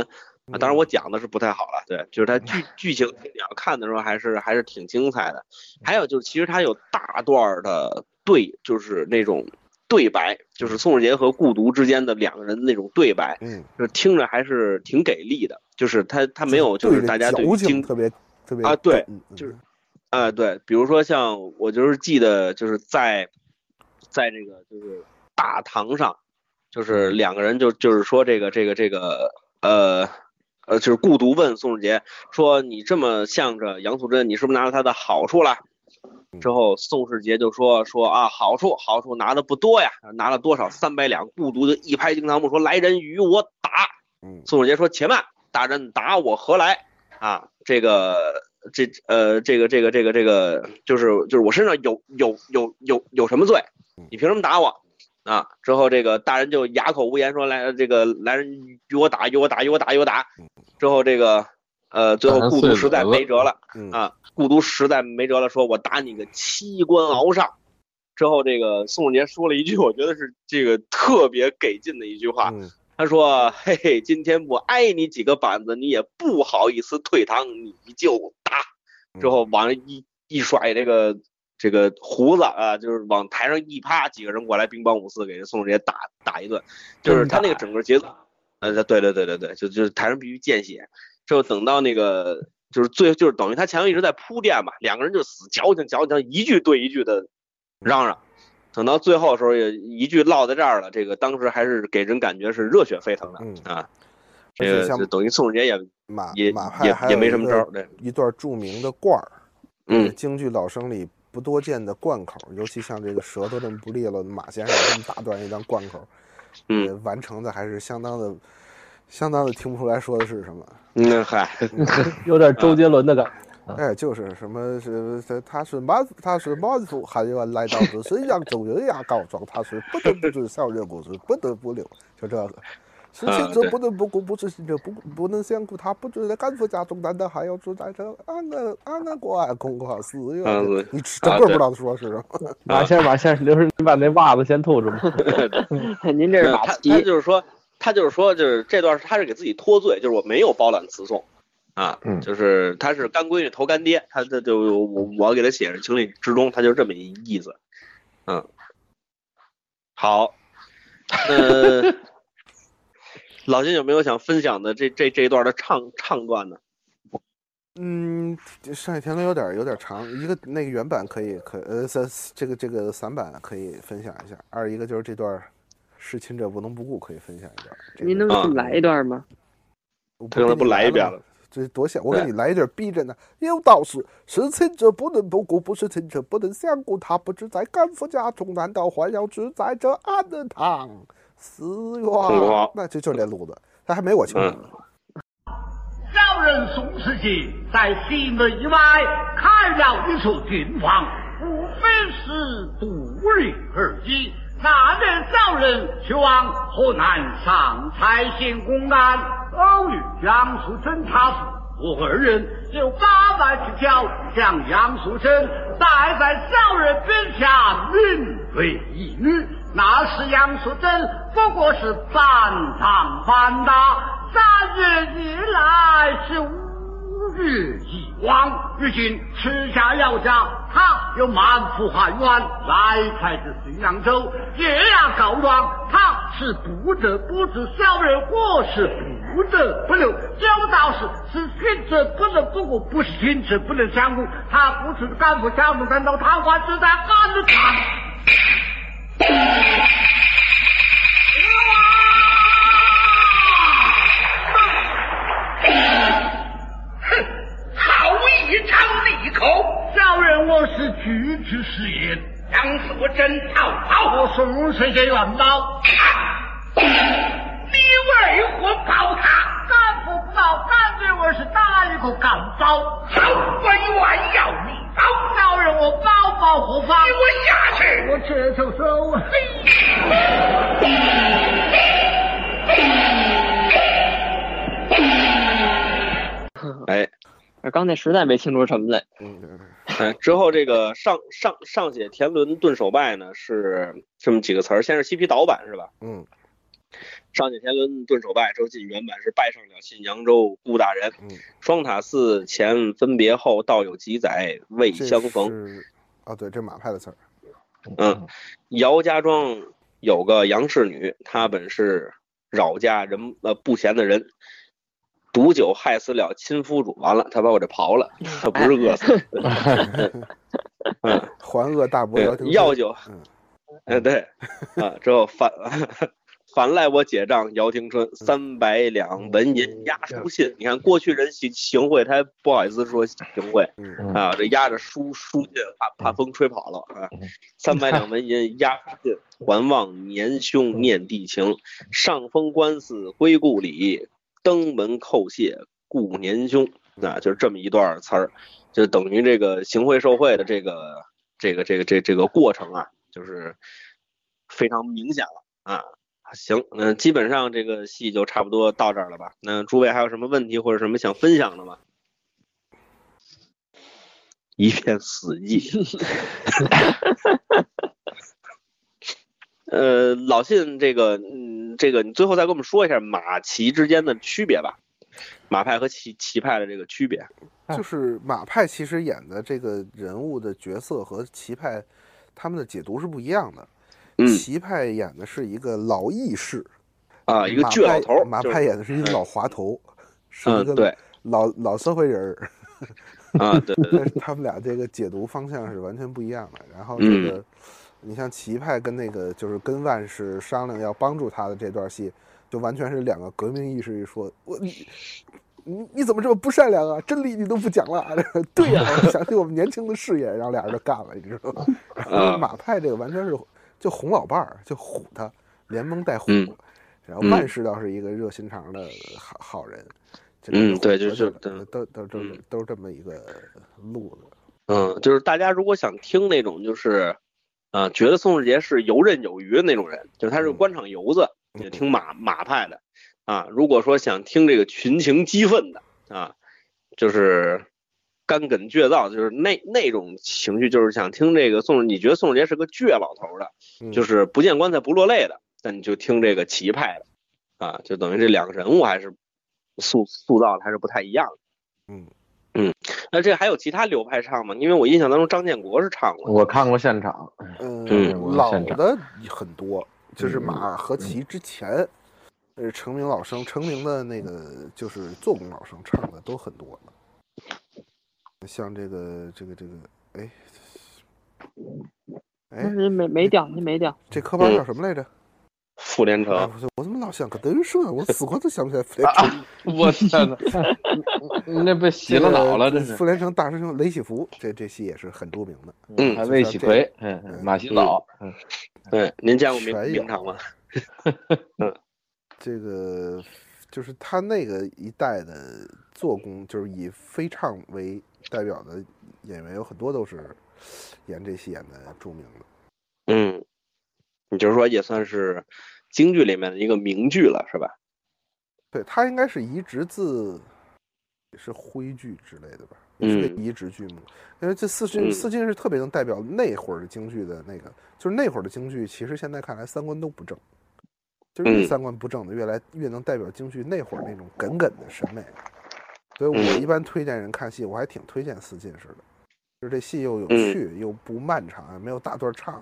嗯啊，当然我讲的是不太好了，对，就是它 剧剧情你要看的时候还是还是挺精彩嗯的，还有就是其实它有大段儿的对，就是那种。对白就是宋世杰和顾独之间的两个人的那种对白，嗯就是听着还是挺给力的。就是他他没有就是大家对于矫情京特别特别啊对嗯嗯就是啊，对，比如说像我就是记得就是在，在这个就是大堂上，就是两个人就就是说这个这个这个呃呃，就是顾独问宋世杰说你这么向着杨素贞，你是不是拿了他的好处了？之后宋世杰就说说啊，好处好处拿的不多呀，拿了多少三百两？顾独就一拍惊堂木说来人与我打。嗯宋世杰说且慢，大人打我何来？啊，这个这呃，这个这个这个这个，就是就是我身上有有有有有什么罪嗯？你凭什么打我？啊！之后这个大人就哑口无言，说来这个来人与我打，与我打，与我打，与我打。嗯之后这个呃，最后打人孤碎独实在嘴了没辙了嗯啊！孤独实在没辙了，说我打你个七官鳌上。之后这个宋杰说了一句，我觉得是这个特别给劲的一句话，嗯他说：“嘿嘿，今天我挨你几个板子，你也不好意思退堂，你就打。”之嗯后往上一一甩这个这个胡子啊，就是往台上一趴，几个人过来乒乓五四给这宋世杰打打一顿，嗯就是他那个整个节奏，呃，对对对对对，就就是台上必须见血。之后等到那个就是最就是等于他前面一直在铺垫嘛，两个人就死矫情矫情，一句对一句的嚷嚷。等到最后的时候，也一句落在这儿了。这个当时还是给人感觉是热血沸腾的、嗯啊！这而且个像就等于宋世杰也马也马派也还也有没一什么个招儿，对，一段著名的罐儿，嗯，京剧老生里不多见的贯口，尤其像这个舌头这么不利落的马先生这么大段一段贯口，嗯呃，完成的还是相当的，相当的听不出来说的是什么。那嗯嗨，有点周杰伦的感觉。哎，就是什么是他他是满他是满族汉人来到这沈阳中人牙膏庄，他是不得不遵小人故事，不得不留，就这个。是啊信者对不能不顾，不是信者不不能相顾。他不知道赶赴家中，难道还要住在这安安安安国安公国寺院啊对？你整个不知道他说是什么。 马先生，马先生，刘师，你把那袜子先吐出吧。您这是马呃他屁他就是说，他就是说，就是这段他是给自己脱罪，就是我没有包揽词颂，啊，嗯就是他是干闺女投干爹，他这就我我给他写是情理之中，他就是这么一意思，嗯，好，那老金有没有想分享的这这这一段的唱唱段呢？嗯，这上一田螺有点有点长，一个那个原版可以可呃三这个这个散版可以分享一下，二一个就是这段儿是亲者不能不顾可以分享一段儿。这您个能给嗯我们来一段吗？我不这给他你不来一遍吗了？这多像！我给你来一点逼真的。有道是：是亲者不能不顾，不是亲者不能相顾。他不知在干夫家中，难道还要只在这安的堂寺院好？那这就是这路子，他还没我清楚呢。饶人宋世杰在西门以外开了一处军房，无非是独立而已。那人赵人去往河南上蔡县公安，偶遇杨素贞他父我二人，有八百之交，将杨素贞带在赵人边下另为一女。那时杨素贞不过是半当半打。三日以来是五日已亡，如今吃下药家，他又满腹含冤，来才至浔阳州，也要告状，他是不者不知小人，我是不者不留，有道是是君者不能不顾，不是君子不能相顾，他不是干部家中难道他还是在干的厂？好一张利口！小人我是举止失言，杨素贞逃跑，我是吴世杰元猫。你为何保他？干不保，干脆我是打一个干包。好，我冤要你包，小人我包包何方？给我下去！我这啊就走。嘿。哎，刚才实在没听出什么来。嗯，对对对哎之后这个上上上写田伦顿首拜呢是这么几个词儿，先是西皮岛版是吧？嗯上九天伦顿首拜，周进原版是拜上了信扬州顾大人。嗯，双塔寺前分别后，道有几载未这相逢。是啊，对，这马派的词儿。嗯，姚家庄有个杨氏女，她本是饶家人呃不贤的人，毒酒害死了亲夫主，完了他把我这刨了，他不是饿死。嗯，还恶大伯对药酒，嗯哎对，啊之后反反赖我姐丈姚廷春三百两文银押书信，你看过去人行行贿，他还不好意思说行贿嗯啊，这押着书书信怕怕风吹跑了啊， 三百两文银押书信，还望年兄念弟情，上封官司归故里，登门叩谢故年兄啊，就是这么一段词儿，就等于这个行贿受贿的这个这个这个这个、这个过程啊，就是非常明显了啊。行，嗯、基本上这个戏就差不多到这儿了吧？那诸位还有什么问题或者什么想分享的吗？一片死寂。呃，老信，这个，嗯，这个，你最后再给我们说一下马骑之间的区别吧，马派和骑骑派的这个区别。就是马派其实演的这个人物的角色和棋派他们的解读是不一样的。嗯棋派演的是一个老义士，啊，一个马倔老派头儿，马就是派演的是一个老滑头，是一嗯，对个老老社会人儿。啊，对对对，但是他们俩这个解读方向是完全不一样的。然后嗯这个，你像棋派跟那个就是跟万氏商量要帮助他的这段戏，就完全是两个革命意识一说，我你你你怎么这么不善良啊？真理你都不讲了啊， 对呀、我想起我们年轻的誓言，然后俩人就干了，你知道吗？ 然啊后马派这个完全是就哄老伴儿，就唬他，连蒙带唬。嗯然后万氏倒是一个热心肠的好好人，这个嗯都对就合是着的都都都嗯都是这么一个路子。嗯，就是大家如果想听那种就是，呃，觉得宋世杰是游刃有余的那种人，就是他是官场游子，也听马马派的啊。如果说想听这个群情激愤的啊，就是干梗倔造，就是那那种情绪，就是想听这个宋，你觉得宋世杰是个倔老头的，嗯就是不见棺材不落泪的，那你就听这个棋派的啊，就等于这两个人物还是塑塑造的还是不太一样的。嗯嗯，那这还有其他流派唱吗？因为我印象当中张建国是唱过的。我看过现 场，对嗯，我老现场的很多，就是嗯马和骑之前，呃，成名老生，成名的那个就是做工老生唱的都很多了，像这个这个这个，哎，但哎，是没没掉，那没掉。这嗯科班叫什么来啊着？傅连城哎，我我怎么老想个德云社？我死活都想不起 来傅连啊 城。我天呐， 那被洗了脑了，真是傅。连城大师兄雷喜福，这这戏也是很著名的。嗯还魏启奎，嗯，嗯马洗澡，嗯，对，您见过名全有名场吗？这个就是他那个一代的做工，就是以飞唱为代表的演员有很多都是演这戏演的著名的。嗯，你就是说也算是京剧里面的一个名剧了，是吧？对他应该是移植自也是徽剧之类的吧，也是个嗯移植剧目。因为这四进嗯四进是特别能代表那会儿的京剧的那个，就是那会儿的京剧，其实现在看来三观都不正，就是越嗯三观不正的越来越能代表京剧那会儿那种耿耿的审美。所以我嗯一般推荐人看戏，我还挺推荐四进式的，就是这戏又有嗯趣，又不漫长，也没有大段唱，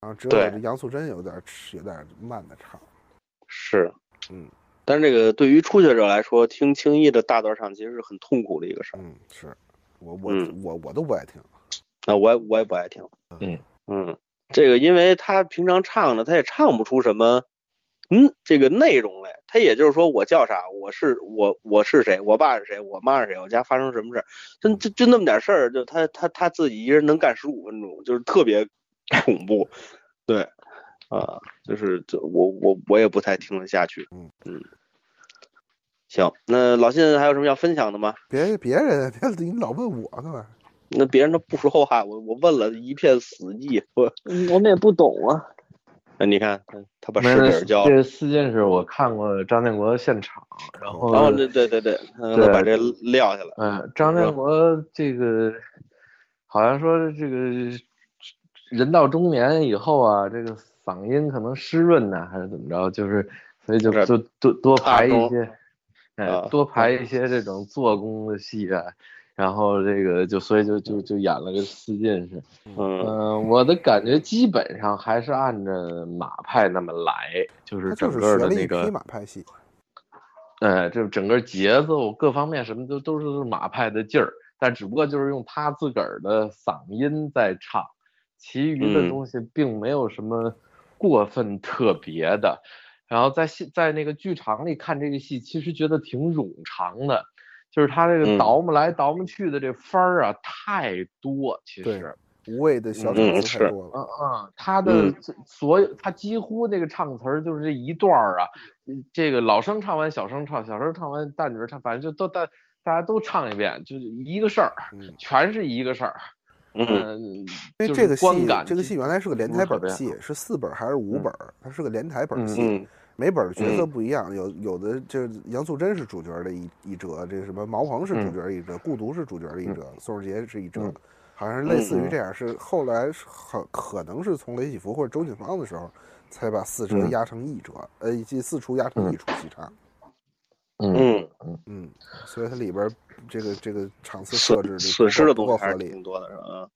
然后只有对这杨素贞有点有点慢的唱。是，嗯。但是这个对于初学者来说，听青衣的大段唱其实是很痛苦的一个事儿。嗯，是我我、嗯我我都不爱听。那我也我也不爱听。嗯嗯，这个因为他平常唱的，他也唱不出什么，嗯，这个内容来。他也就是说，我叫啥，我是我我是谁，我爸是谁，我妈是谁，我家发生什么事儿，就就就那么点事儿，就他他他自己一人能干十五分钟，就是特别恐怖。对，啊，就是就我我我也不太听得下去。嗯嗯，行，那老信还有什么要分享的吗？别别人，别你老问我干嘛？那别人都不说话，我我问了一片死寂，我嗯，我们也不懂啊。那你看他他把没石事本交了。这四件事我看过张建国的现场，然嗯后然后对对对对，嗯，对把这撂下来。嗯，张建国这个好像说这个人到中年以后啊，这个嗓音可能湿润呐、还是怎么着，就是所以就就是就多多排大一功些，哎啊，多排一些这种做工的戏啊，然后这个就所以就就就演了个四进士。嗯嗯，我的感觉基本上还是按着马派那么来，就是他整就是个学的了一那匹个马派戏，哎，这整个节奏各方面什么都都是马派的劲儿，但只不过就是用他自个儿的嗓音在唱，其余的东西并没有什么过分特别的。然后在戏在那个剧场里看这个戏，其实觉得挺冗长的，就是他这个嗯倒磨来倒磨去的这番儿啊太多，其对实。无谓的小嗯场子太是多了。嗯嗯，他的嗯这所有，他几乎那个唱词儿就是这一段儿啊，嗯这个老生唱完，小生唱，小生唱完，大女儿唱，反正就都大大家都唱一遍，就是一个事儿，嗯，全是一个事儿。嗯嗯，因为就这是个戏观感，这个戏原来是个连台本不儿是特别戏，是四本儿还是五本儿？它是个连台本儿嗯戏，嗯每本儿角色嗯不一样，有有的这杨素贞是主角的一一折，这什么毛鹏是主角一嗯折，顾独是主角的一折，宋世杰是一折，嗯好像是类嗯似于这样，是后来是很可能是从雷启福或者周景芳的时候，才把四折嗯压成一折，呃，以及四出压成一出戏唱，嗯嗯，嗯，所以它里边儿这个这个场次设置损的损失的东不够西合还是理，挺多的，是吧？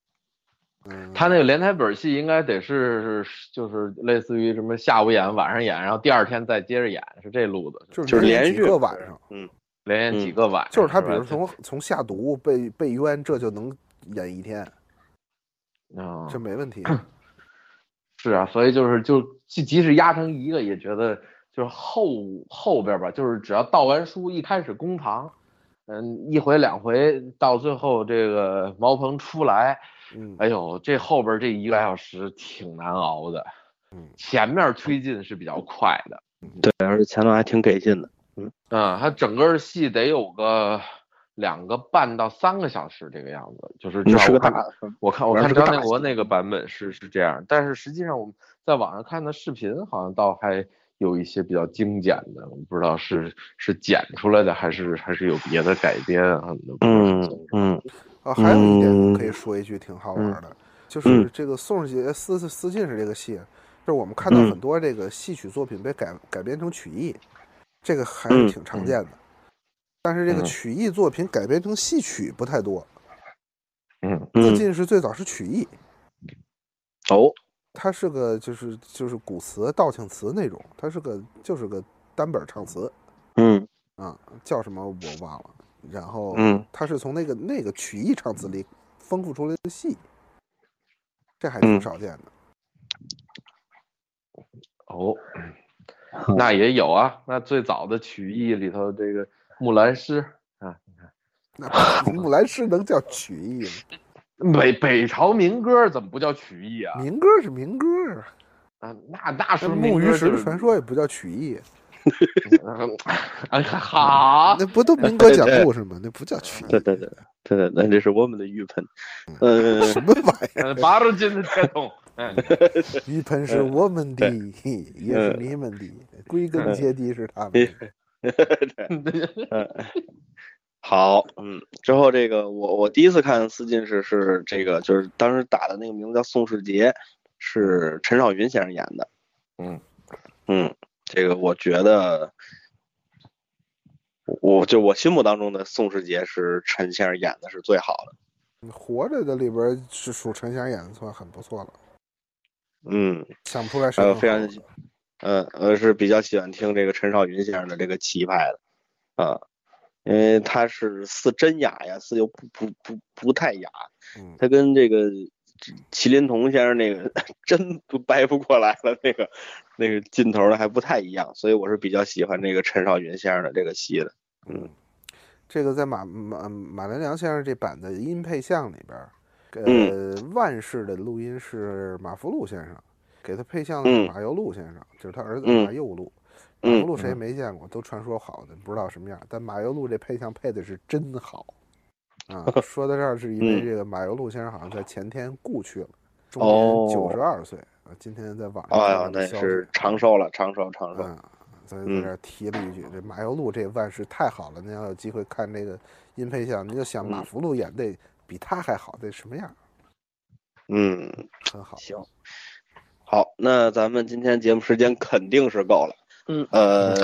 嗯，他那个连台本戏应该得是就是类似于什么下午演晚上演，然后第二天再接着演，是这路子，就是就是连连几续个晚上。嗯连演几个晚上，就是他，比吧如从从下毒被被冤，这就能演一天，啊这没问题。是啊，所以就是就即即使压成一个，也觉得就是后后边吧，就是只要倒完书，一开始公堂，嗯，一回两回，到最后这个毛鹏出来，嗯，哎呦，这后边这一个来小时挺难熬的，嗯前面推进是比较快的，对，而且前头还挺给劲的。嗯，它整个戏得有个两个半到三个小时这个样子，就是至那少是个我看大，我看我玩看是个张大建国戏那个版本是是这样，但是实际上我们在网上看的视频好像倒还有一些比较精简的，我不知道是是剪出来的还是还是有别的改编啊。嗯嗯啊，还有一点嗯可以说一句挺好玩的，就嗯是这个宋世杰私私进士这个戏，就是我们看到嗯很多这个戏曲作品被改改编成曲艺，这个还嗯是挺常见的。但是这个嗯曲艺作品改编成戏曲不太多，嗯私嗯，进士最早是曲艺，哦，它是个就是就是古词、道情词那种，它是个就是个单本儿唱词。嗯啊，叫什么我忘了。然后，嗯，他是从那个那个曲艺唱词里丰富出来的戏，这还嗯挺少见的。哦，那也有啊，那最早的曲艺里头这个木兰诗啊，那木兰诗能叫曲艺吗？北北朝民歌怎么不叫曲艺啊？民歌是民歌啊，啊，那那是那《民木歌鱼石就的是传说》 也不叫曲艺，啊哎 好，那不都民歌讲故事吗？那不叫曲艺，对对对对对对，这是我们的玉盆。嗯，什么玩意儿？呃八路军的铁桶，嗯鱼盆是我们的，也是嗯你们的，归根结底是他们的。 好，嗯，之后这个我我第一次看四进士是这个，就是当时打的那个名字叫宋世杰，是陈少云先生演的。嗯嗯，这个我觉得，我就我心目当中的宋世杰是陈先生演的是最好的。 活着的里边是属陈翔演的算很不错了，嗯，想不出来谁还有更非好常了呃呃是比较喜欢听这个陈少云先生的这个棋派的啊，因为他是似真雅呀，似又不不不不太雅。嗯他跟这个麒麟童先生那个 真不掰不过来了，那个那个劲头儿还不太一样，所以我是比较喜欢这个陈少云先生的这个戏的。嗯这个在马马马连良先生这版的音配像里边儿，呃，嗯万氏的录音是马福禄先生，给他配像的是嗯马佑禄先生，就是他儿子嗯马佑禄。马嗯福禄谁也没见过，都传说好的，不知道什么样。但马佑禄这配像配的是真好 啊！说到这儿，是因为嗯这个马佑禄先生好像在前天故去了，终哦年九十二岁啊。今天在网上哎看呀到，的那消是息长寿了，长寿长寿。嗯，所以在这儿提了一句，这马佑禄这万事太好了，您要有机会看这个音配像，您就想马嗯福禄演得比他还好，得什么样？嗯，很好。行，好，那咱们今天节目时间肯定是够了。嗯，呃，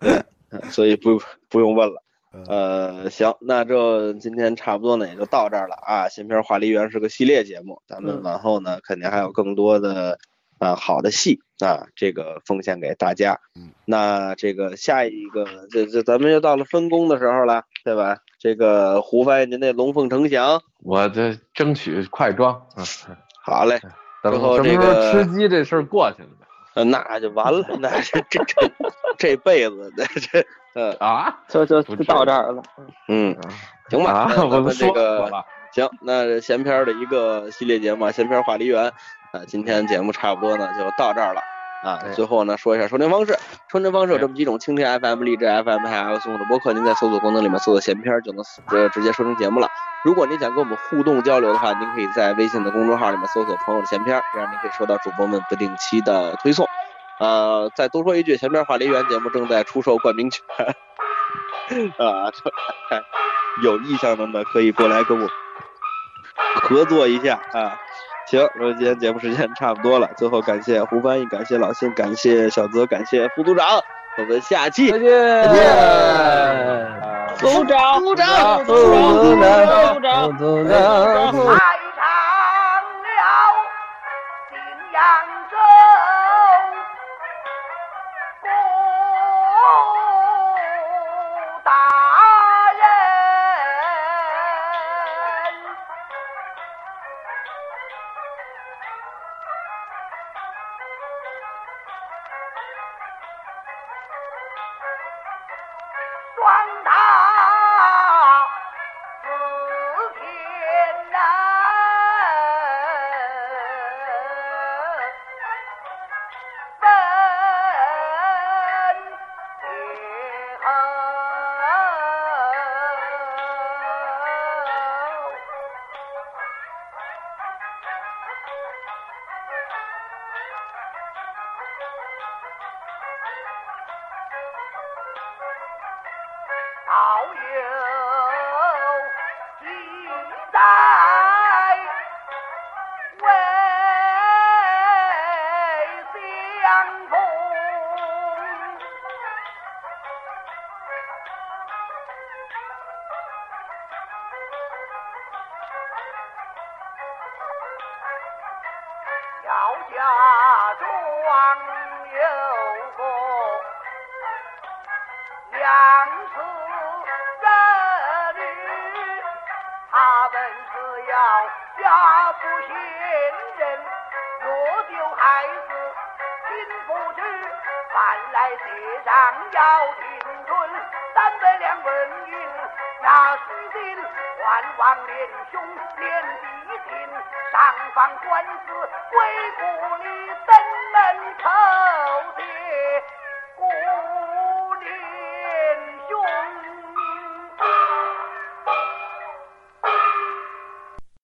对，嗯 所以不不用问了。呃，呃，行，那这今天差不多呢，也就到这儿了啊。新片《话梨园》是个系列节目，咱们嗯往后呢，肯定还有更多的啊、好的戏啊，这个奉献给大家嗯。那这个下一个，这这咱们又到了分工的时候了，对吧？这个胡翻译您那龙凤呈祥，我这争取快装，嗯，好嘞，等之后什么这时个候吃鸡这事儿过去了呗呃那就完 了，那这这这这辈子那这呃啊？就就不就至到于这儿了。嗯，行吧， 啊，那咱我都们这说个过了，行，那闲篇儿的一个系列节目啊，闲篇儿话梨园啊，今天节目差不多呢就到这儿了啊哎。最后呢说一下收听方式，收听方式有这么几种：蜻蜓 FM、荔枝 FM 还有送的播客，您在搜索功能里面搜索“闲篇儿”就能直直接收听节目了。如果您想跟我们互动交流的话，您可以在微信的公众号里面搜索“朋友的闲篇儿”，这样您可以收到主播们不定期的推送。呃，再多说一句，闲篇儿话梨园节目正在出售冠名 权，啊，这 有意向的呢可以过来跟我们合作一下啊。行，那今天节目时间差不多了，最后感谢胡翻译，感谢老信，感谢小泽，感谢副组长，我们下期再见，再见，组长，组长，走走组长，南组长。走南。太长了，信扬州古大人。双塔四天难。人也好。好友记载为相逢。姚家庄有个杨氏儿女，他们只要家不贤人，我就孩子听不去，饭来结账要停顿，三百两纹银拿去定，万望连兄连弟亲，上访官司归故